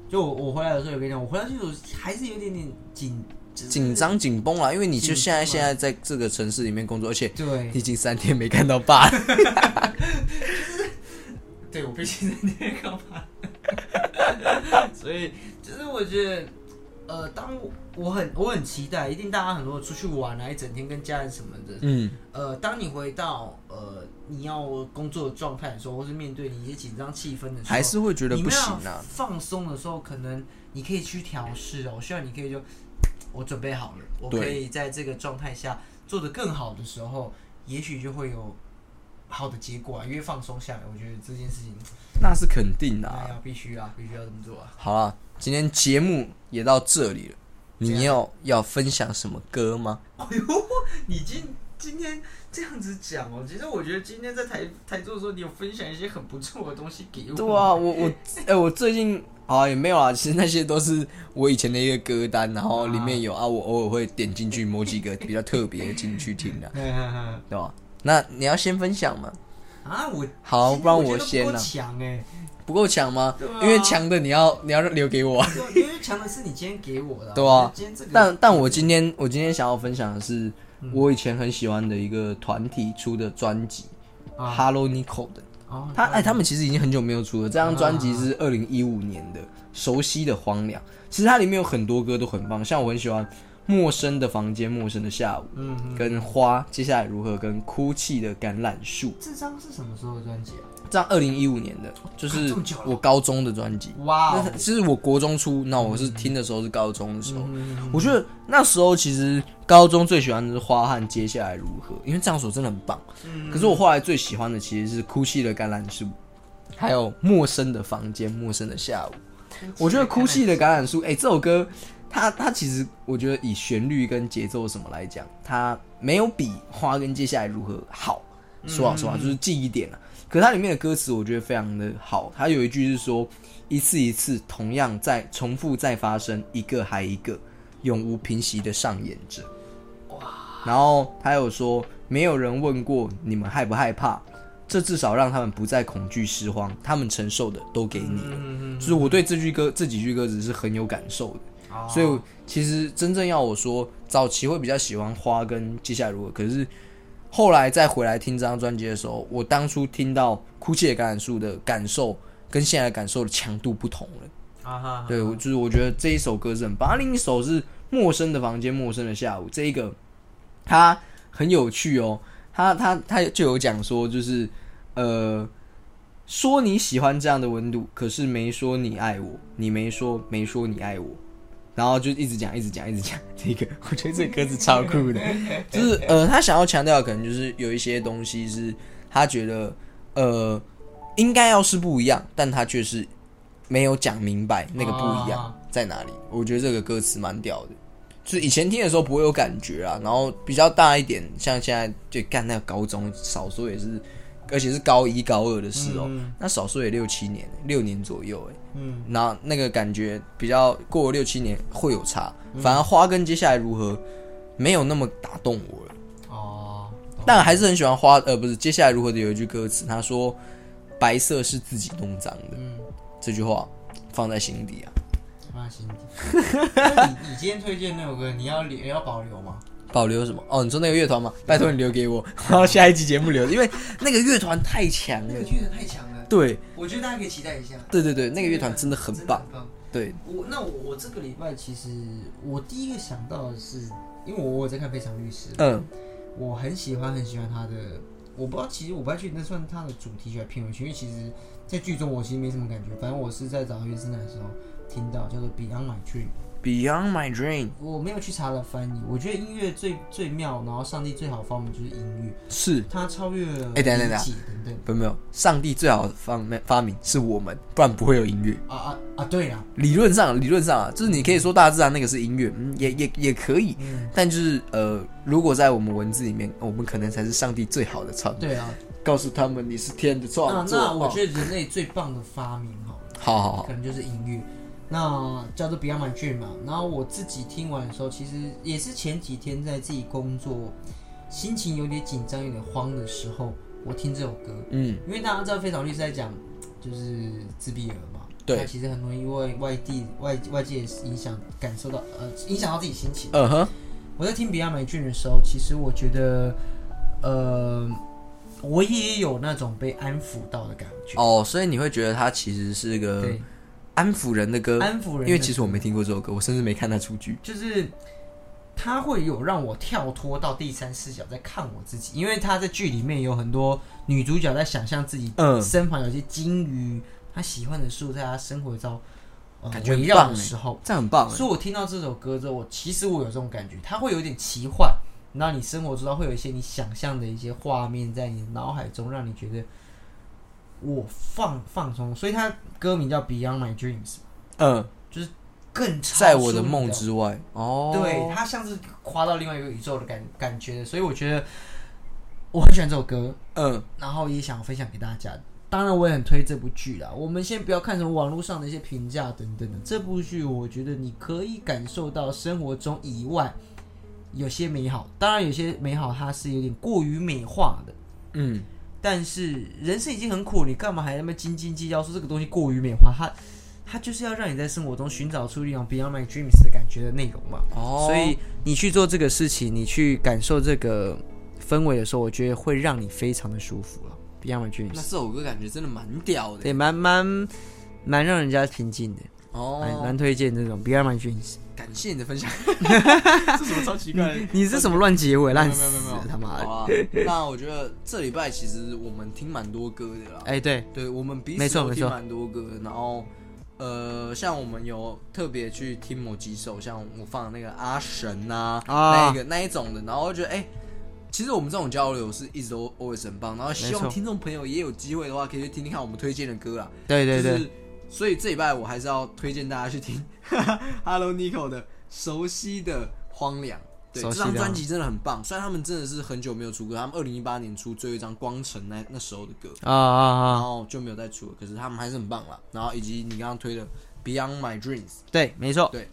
Speaker 1: 就我我回来的时候有跟你讲，我回来的时候还是有点点紧，就是
Speaker 2: 紧张紧绷啊啦，因为你就现在
Speaker 1: 紧
Speaker 2: 现
Speaker 1: 绷
Speaker 2: 在在这个城市里面工作，而且
Speaker 1: 对
Speaker 2: 你已经三天没看到爸 [LAUGHS] 了，
Speaker 1: 对，我必须在那边干嘛？ [LAUGHS] 所以就是我觉得，呃，当我我很我很期待，一定大家很多出去玩啊，一整天跟家人什么的，
Speaker 2: 嗯，
Speaker 1: 呃，当你回到呃你要工作的状态的时候，或是面对你一些紧张气氛的时候，
Speaker 2: 还是会觉得
Speaker 1: 你
Speaker 2: 不
Speaker 1: 没有
Speaker 2: 行啊。
Speaker 1: 放松的时候，可能你可以去调试哦。我希望你可以就，我准备好了，我
Speaker 2: 对
Speaker 1: 可以在这个状态下做得更好的时候，也许就会有好的结果啊。因为放松下来，我觉得这件事情，
Speaker 2: 那是肯定的、
Speaker 1: 哎
Speaker 2: 啊。
Speaker 1: 呀，必须啊，必须要这么做啊。
Speaker 2: 好了，今天节目也到这里了，
Speaker 1: 这
Speaker 2: 你
Speaker 1: 样
Speaker 2: 要要分享什么歌吗？
Speaker 1: 哎呦，你今今天这样子讲哦，其实我觉得今天在台台中的时候，你有分享一些很不错的东西给我。
Speaker 2: 对啊，我我哎、我最近啊也没有啊，其实那些都是我以前的一个歌单，然后里面有啊，我偶尔会点进去某几个比较特别的进去听的、
Speaker 1: 啊，
Speaker 2: 对吧？那你要先分享吗？
Speaker 1: [LAUGHS] 啊，我
Speaker 2: 好，不然我
Speaker 1: 觉得
Speaker 2: 先
Speaker 1: 不够
Speaker 2: 啊了、
Speaker 1: 强哎、 [LAUGHS]
Speaker 2: 不够强吗？
Speaker 1: 对啊
Speaker 2: 因为强的你要你要留给我。
Speaker 1: 对，因为强的是你今天给我的、
Speaker 2: 对啊
Speaker 1: 今天这个，
Speaker 2: 但但我今天我今天想要分享的是，
Speaker 1: 嗯
Speaker 2: 我以前很喜欢的一个团体出的专辑、
Speaker 1: 啊
Speaker 2: Hello Nico 的。
Speaker 1: 哦
Speaker 2: 他哎、他们其实已经很久没有出了。这张专辑
Speaker 1: 啊
Speaker 2: 是二零一五年的《熟悉的荒凉》，其实它里面有很多歌都很棒，像我很喜欢《陌生的房间》《陌生的下午》，
Speaker 1: 嗯，
Speaker 2: 跟《花》，接下来如何跟《哭泣的橄榄树》
Speaker 1: 这张是什么时候的专辑啊？
Speaker 2: 这张二零一五年的，就是
Speaker 1: 这么久了
Speaker 2: 我高中的专辑。
Speaker 1: 哇
Speaker 2: 那
Speaker 1: 哦，
Speaker 2: 其实我国中出，那我是听的时候是高中的时候，
Speaker 1: 嗯
Speaker 2: 我觉得那时候其实高中最喜欢的是《花》和《接下来如何》，因为这样首真的很棒。可是我后来最喜欢的其实是《哭泣的橄榄树》，还有《陌生的房间》《陌生的下午》。我觉得《哭泣的橄榄树》哎、这首歌它它其实我觉得以旋律跟节奏什么来讲，它没有比《花》跟《接下来如何》好。说老实话，就是记忆点啊。可是它里面的歌词我觉得非常的好，它有一句是说一次一次同样在重复再发生，一个还一个，永无平息的上演着。然后他有说，没有人问过你们害不害怕，这至少让他们不再恐惧失慌，他们承受的都给你了。
Speaker 1: 嗯
Speaker 2: 就是我对这句歌这几句歌词是很有感受的，
Speaker 1: 哦
Speaker 2: 所以我其实真正要我说，早期会比较喜欢花跟接下来如何，可是后来再回来听这张专辑的时候，我当初听到《哭泣的橄榄树》的感受跟现在的感受的强度不同了。
Speaker 1: 啊哈，
Speaker 2: 对，我就是我觉得这一首歌是很棒，啊另一首是《陌生的房间，陌生的下午》，这一个它很有趣哦，它它它就有讲说，就是呃，说你喜欢这样的温度，可是没说你爱我，你没说没说你爱我。然后就一直讲，一直讲，一直讲。 [LAUGHS] 这个我觉得这个歌词超酷的，
Speaker 1: [LAUGHS]
Speaker 2: 就是呃，他想要强调的可能就是有一些东西是他觉得呃应该要是不一样，但他却是没有讲明白那个不一样
Speaker 1: 啊
Speaker 2: 在哪里。我觉得这个歌词蛮屌的，就是以前听的时候不会有感觉啊，然后比较大一点，像现在就干那个高中，少说也是而且是高一高二的事哦、
Speaker 1: 嗯
Speaker 2: 那少说也六七年，六年左右哎，
Speaker 1: 嗯，
Speaker 2: 然后那个感觉比较过了六七年会有差，反而花跟接下来如何没有那么打动我了，
Speaker 1: 哦，懂
Speaker 2: 但还是很喜欢花，呃，不是接下来如何的有一句歌词，他说白色是自己弄脏的，
Speaker 1: 嗯，
Speaker 2: 这句话放在心底啊，
Speaker 1: 放在心底。那你你今天推荐那首歌，你要留你要保留吗？
Speaker 2: 保留什么？哦，你说那个乐团吗？拜托你留给我，然后下一期节目留，因为那个乐团太强
Speaker 1: 那
Speaker 2: 了
Speaker 1: 个。剧本太强了，
Speaker 2: 对
Speaker 1: 我觉得大家可以期待一下。
Speaker 2: 对对对，那个乐团真的很棒。
Speaker 1: 真的很棒。
Speaker 2: 对，
Speaker 1: 我那我我这个礼拜其实我第一个想到的是，因为我我有在看《非常律师》，
Speaker 2: 嗯，
Speaker 1: 我很喜欢很喜欢他的，我不知道其实我不太确定那算他的主题曲还是片尾曲，因为其实在剧中我其实没什么感觉，反正我是在找原声带的时候听到叫做《Beyond My Dream》。
Speaker 2: Beyond My Dream
Speaker 1: 我没有去查了翻译，我觉得音乐最最妙，然后上帝最好的方面就是音乐，
Speaker 2: 是
Speaker 1: 它超越了
Speaker 2: 哎等一下等一下
Speaker 1: 理解等等
Speaker 2: 不没有，上帝最好的发明发明是我们，不然不会有音乐。
Speaker 1: 啊啊啊！对啦，
Speaker 2: 理论上，理论上啊，就是你可以说大自然那个是音乐，嗯，也也也可以，
Speaker 1: 嗯，
Speaker 2: 但就是呃，如果在我们文字里面，哦我们可能才是上帝最好的创作，
Speaker 1: 对啊，
Speaker 2: 告诉他们你是天的
Speaker 1: 那
Speaker 2: 创作。
Speaker 1: 啊那我觉
Speaker 2: 得，
Speaker 1: 得人类最棒的发明好了，
Speaker 2: 好好好
Speaker 1: 可，能就是音乐，那叫做 Beyond My Dream 嘛。然后我自己听完的时候，其实也是前几天在自己工作，心情有点紧张、有点慌的时候，我听这首歌，
Speaker 2: 嗯，
Speaker 1: 因为大家知道非常律师在讲就是自闭儿嘛，
Speaker 2: 对
Speaker 1: 他其实很容易因为外地外外界的影响感受到呃影响到自己心情。
Speaker 2: 嗯哼，
Speaker 1: 我在听 Beyond 美俊的时候，其实我觉得呃我也有那种被安抚到的感觉，
Speaker 2: 哦，所以你会觉得它其实是个
Speaker 1: 对，
Speaker 2: 安抚人的歌，
Speaker 1: 安抚人的歌，
Speaker 2: 呃因为其实我没听过这首歌，我甚至没看它出剧。
Speaker 1: 就是。他会有让我跳脱到第三视角在看我自己，因为他在剧里面有很多女主角在想象自己
Speaker 2: 嗯
Speaker 1: 身旁有些金鱼，她喜欢的树在她生活中、呃、
Speaker 2: 感觉很
Speaker 1: 围绕
Speaker 2: 棒
Speaker 1: 的
Speaker 2: 欸
Speaker 1: 时候，
Speaker 2: 这样很棒欸，
Speaker 1: 所以我听到这首歌之后，我其实我有这种感觉，它会有点奇幻。那你生活中会有一些你想象的一些画面在你脑海中，让你觉得我放放松。所以它歌名叫《Beyond My Dreams》，
Speaker 2: 嗯，
Speaker 1: 更超
Speaker 2: 在我的
Speaker 1: 出你
Speaker 2: 梦之外。哦，
Speaker 1: 对，它像是跨到另外一个宇宙的感感觉的。所以我觉得我很喜欢这首歌，
Speaker 2: 嗯，
Speaker 1: 然后也想分享给大家。当然，我也很推这部剧啦。我们先不要看什么网络上的一些评价等等的，这部剧我觉得你可以感受到生活中以外有些美好。当然，有些美好它是有点过于美化的，
Speaker 2: 嗯，
Speaker 1: 但是人生已经很苦，你干嘛还那么斤斤计较说这个东西过于美化？它它就是要让你在生活中寻找出一种 Beyond My Dreams 的感觉的内容嘛。
Speaker 2: 哦，
Speaker 1: 所以你去做这个事情，你去感受这个氛围的时候，我觉得会让你非常的舒服啊了。Beyond My Dreams
Speaker 2: 那。这首歌感觉真的蛮屌的
Speaker 1: 对，蛮蛮蛮让人家平静的，蛮
Speaker 2: 哦。
Speaker 1: 蛮推荐这种 Beyond My Dreams。
Speaker 2: 感谢你的分 [LAUGHS] 享，这什么超奇怪的？
Speaker 1: 你是什么乱结尾，烂
Speaker 2: 没
Speaker 1: 死
Speaker 2: 有没有没有
Speaker 1: 了他妈
Speaker 2: 好
Speaker 1: 的！
Speaker 2: 啊，那我觉得这礼拜其实我们听蛮多歌的啦。
Speaker 1: 哎，对，
Speaker 2: 对，我们彼
Speaker 1: 没
Speaker 2: 此
Speaker 1: 错
Speaker 2: 都
Speaker 1: 没
Speaker 2: 听
Speaker 1: 错
Speaker 2: 蛮多歌，然后呃，像我们有特别去听某几首，像我放的那个阿神呐、
Speaker 1: 啊
Speaker 2: 那一个那一种的，然后就觉得哎、其实我们这种交流是一直都 always 很棒，然后希
Speaker 1: 没
Speaker 2: 望
Speaker 1: 错
Speaker 2: 听众朋友也有机会的话，可以去听听看我们推荐的歌啦。
Speaker 1: 对对
Speaker 2: 就
Speaker 1: 对，
Speaker 2: 是所以这礼拜我还是要推荐大家去听 [LAUGHS] Hello Nico 的《熟悉的荒凉》。对，
Speaker 1: 熟
Speaker 2: 这
Speaker 1: 悉的
Speaker 2: 张专辑真的很棒。虽然他们真的是很久没有出歌，他们二零一八年出最后一张《光城》那那时候的歌，
Speaker 1: 啊啊
Speaker 2: 然
Speaker 1: 啊，
Speaker 2: 后就没有再出了。可是他们还是很棒啦。然后以及你刚刚推的《Beyond My Dreams
Speaker 1: 对，没错，》，
Speaker 2: 对，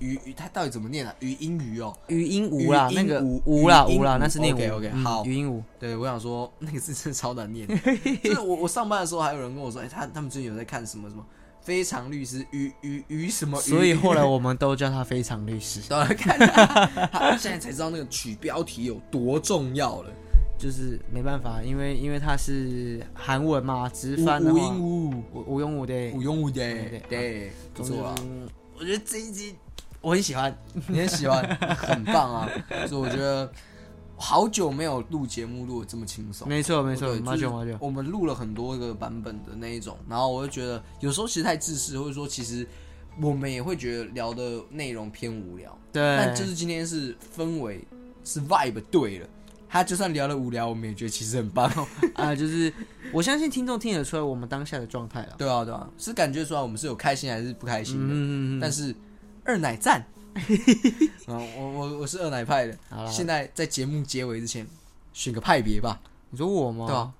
Speaker 2: 鱼鱼它到底怎么念啊？鱼音鱼哦。
Speaker 1: 余音无啦，
Speaker 2: 余
Speaker 1: 那
Speaker 2: 音
Speaker 1: 个
Speaker 2: 无
Speaker 1: 无啦
Speaker 2: 余音
Speaker 1: 无啦，
Speaker 2: 无
Speaker 1: 那是念
Speaker 2: OK，OK，
Speaker 1: 无，
Speaker 2: 好
Speaker 1: 余音无，
Speaker 2: 对，我想说那个字真的超
Speaker 1: [LAUGHS]
Speaker 2: 难念的，就是我我上班的时候还有人跟我说，哎、他他们最近有在看什么什么《非常律师》鱼鱼鱼什么鱼，
Speaker 1: 所以后来我们都叫他非常律
Speaker 2: [LAUGHS]
Speaker 1: 师，
Speaker 2: 都要看他，他现在才知道那个取标题有多重要了。
Speaker 1: 就是没办法，因为因为他是韩文嘛，直翻的
Speaker 2: 无无
Speaker 1: 话
Speaker 2: 音无武，
Speaker 1: 无无用武的，
Speaker 2: 无用无
Speaker 1: 对
Speaker 2: 的，对，不错啊啦
Speaker 1: 总之，我觉得这一集我很喜欢，
Speaker 2: 你很喜欢，很棒啊！所以我觉得好久没有录节目录的这么轻松。
Speaker 1: 没错没错，
Speaker 2: 哦对
Speaker 1: 马
Speaker 2: 就是
Speaker 1: 九
Speaker 2: [LAUGHS]
Speaker 1: 马九，
Speaker 2: 我们录了很多个版本的那一种，然后我就觉得有时候其实太自私，或者说其实我们也会觉得聊的内容偏无聊。
Speaker 1: 对
Speaker 2: 但，就是今天是氛围是 vibe 对了，他就算聊的无聊，我们也觉得其实很
Speaker 1: [LAUGHS]
Speaker 2: 棒。
Speaker 1: 啊、就是我相信听众听得出来我们当下的状态了。
Speaker 2: 对啊，对啊，是感觉出来我们是有开心还是不开心的。
Speaker 1: 嗯，
Speaker 2: 但是二奶赞， [LAUGHS] 啊，我我我是二奶派的。
Speaker 1: 好啦
Speaker 2: 现在在节目结尾之前，选个派别吧，
Speaker 1: 你说我吗？
Speaker 2: 对啊，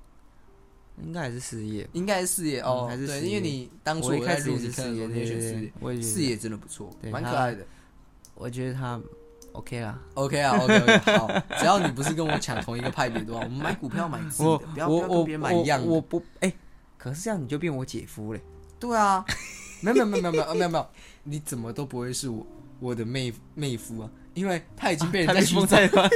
Speaker 1: 应该还是事业。
Speaker 2: 应该是四野哦，
Speaker 1: 嗯还是
Speaker 2: 对，
Speaker 1: 四野
Speaker 2: 因为你当初
Speaker 1: 我一
Speaker 2: 在
Speaker 1: 开始
Speaker 2: 录
Speaker 1: 也是
Speaker 2: 你看的
Speaker 1: 四
Speaker 2: 时
Speaker 1: 野，
Speaker 2: 候，你也
Speaker 1: 对
Speaker 2: 选
Speaker 1: 对
Speaker 2: 四
Speaker 1: 对，我也
Speaker 2: 野，
Speaker 1: 觉得
Speaker 2: 四野真的不错，
Speaker 1: 对
Speaker 2: 蛮
Speaker 1: 他
Speaker 2: 可爱的。
Speaker 1: 我觉得他 OK 啦。
Speaker 2: OK 啊，OK OK，好，只要你不是跟我抢同一个派别的话，我们买股票买自己
Speaker 1: 我
Speaker 2: 的，不要不
Speaker 1: 我我
Speaker 2: 要跟别人买一样的。
Speaker 1: 我我不哎、可是这样你就变我姐夫嘞。
Speaker 2: 对啊，没有没有没有没有没有没有，你怎么都不会是我我的妹妹夫啊，因为他已经被人
Speaker 1: 他
Speaker 2: 家
Speaker 1: 被
Speaker 2: 熏
Speaker 1: 封
Speaker 2: 在，
Speaker 1: 在，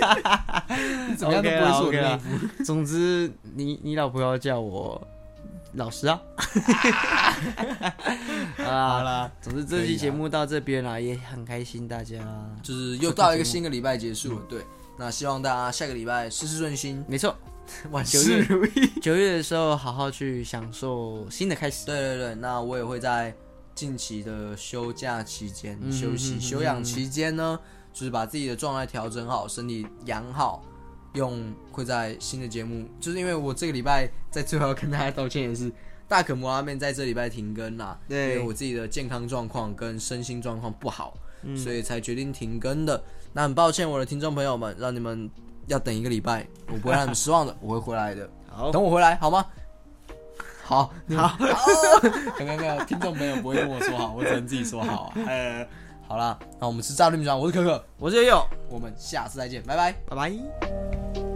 Speaker 2: [LAUGHS] 你怎么样都不会是我的妹夫。
Speaker 1: 夫。 [LAUGHS] 总之，你你老婆要叫我老实啊。 [LAUGHS] 好
Speaker 2: 好
Speaker 1: 啦，
Speaker 2: 啦，
Speaker 1: 总之这
Speaker 2: 可以
Speaker 1: 期
Speaker 2: 啦
Speaker 1: 节目到这边啦，也很开心大家。
Speaker 2: 就是又到一个新个礼拜结束了，对，那希望大家下个礼拜事事顺心，
Speaker 1: 没错，
Speaker 2: 万
Speaker 1: 九
Speaker 2: 事
Speaker 1: 月
Speaker 2: 如意。
Speaker 1: 九月的时候好好去享受新的开始。
Speaker 2: 对对对，那我也会在近期的休假期间、
Speaker 1: 嗯
Speaker 2: 休
Speaker 1: 嗯
Speaker 2: 息、
Speaker 1: 嗯嗯
Speaker 2: 休养期间呢，就是把自己的状态调整好，身体养好。用会在新的节目，就是因为我这个礼拜在最后要跟大家道歉，也是大可摩拉面在这礼拜停更啦，
Speaker 1: 对
Speaker 2: 因为我自己的健康状况跟身心状况不好，
Speaker 1: 嗯
Speaker 2: 所以才决定停更的。那很抱歉我的听众朋友们，让你们要等一个礼拜，我不会让你们失望的，我会回来的。
Speaker 1: 好，
Speaker 2: 等我回来好嗯吗？好， [LAUGHS] 好，有没有没有听众朋友不会跟我说好，我只能自己说好 [LAUGHS] 啊。呃，好啦，那我们是炸绿米团，我是可可，
Speaker 1: 我是悠悠，
Speaker 2: 我们下次再见，拜拜。
Speaker 1: 拜拜。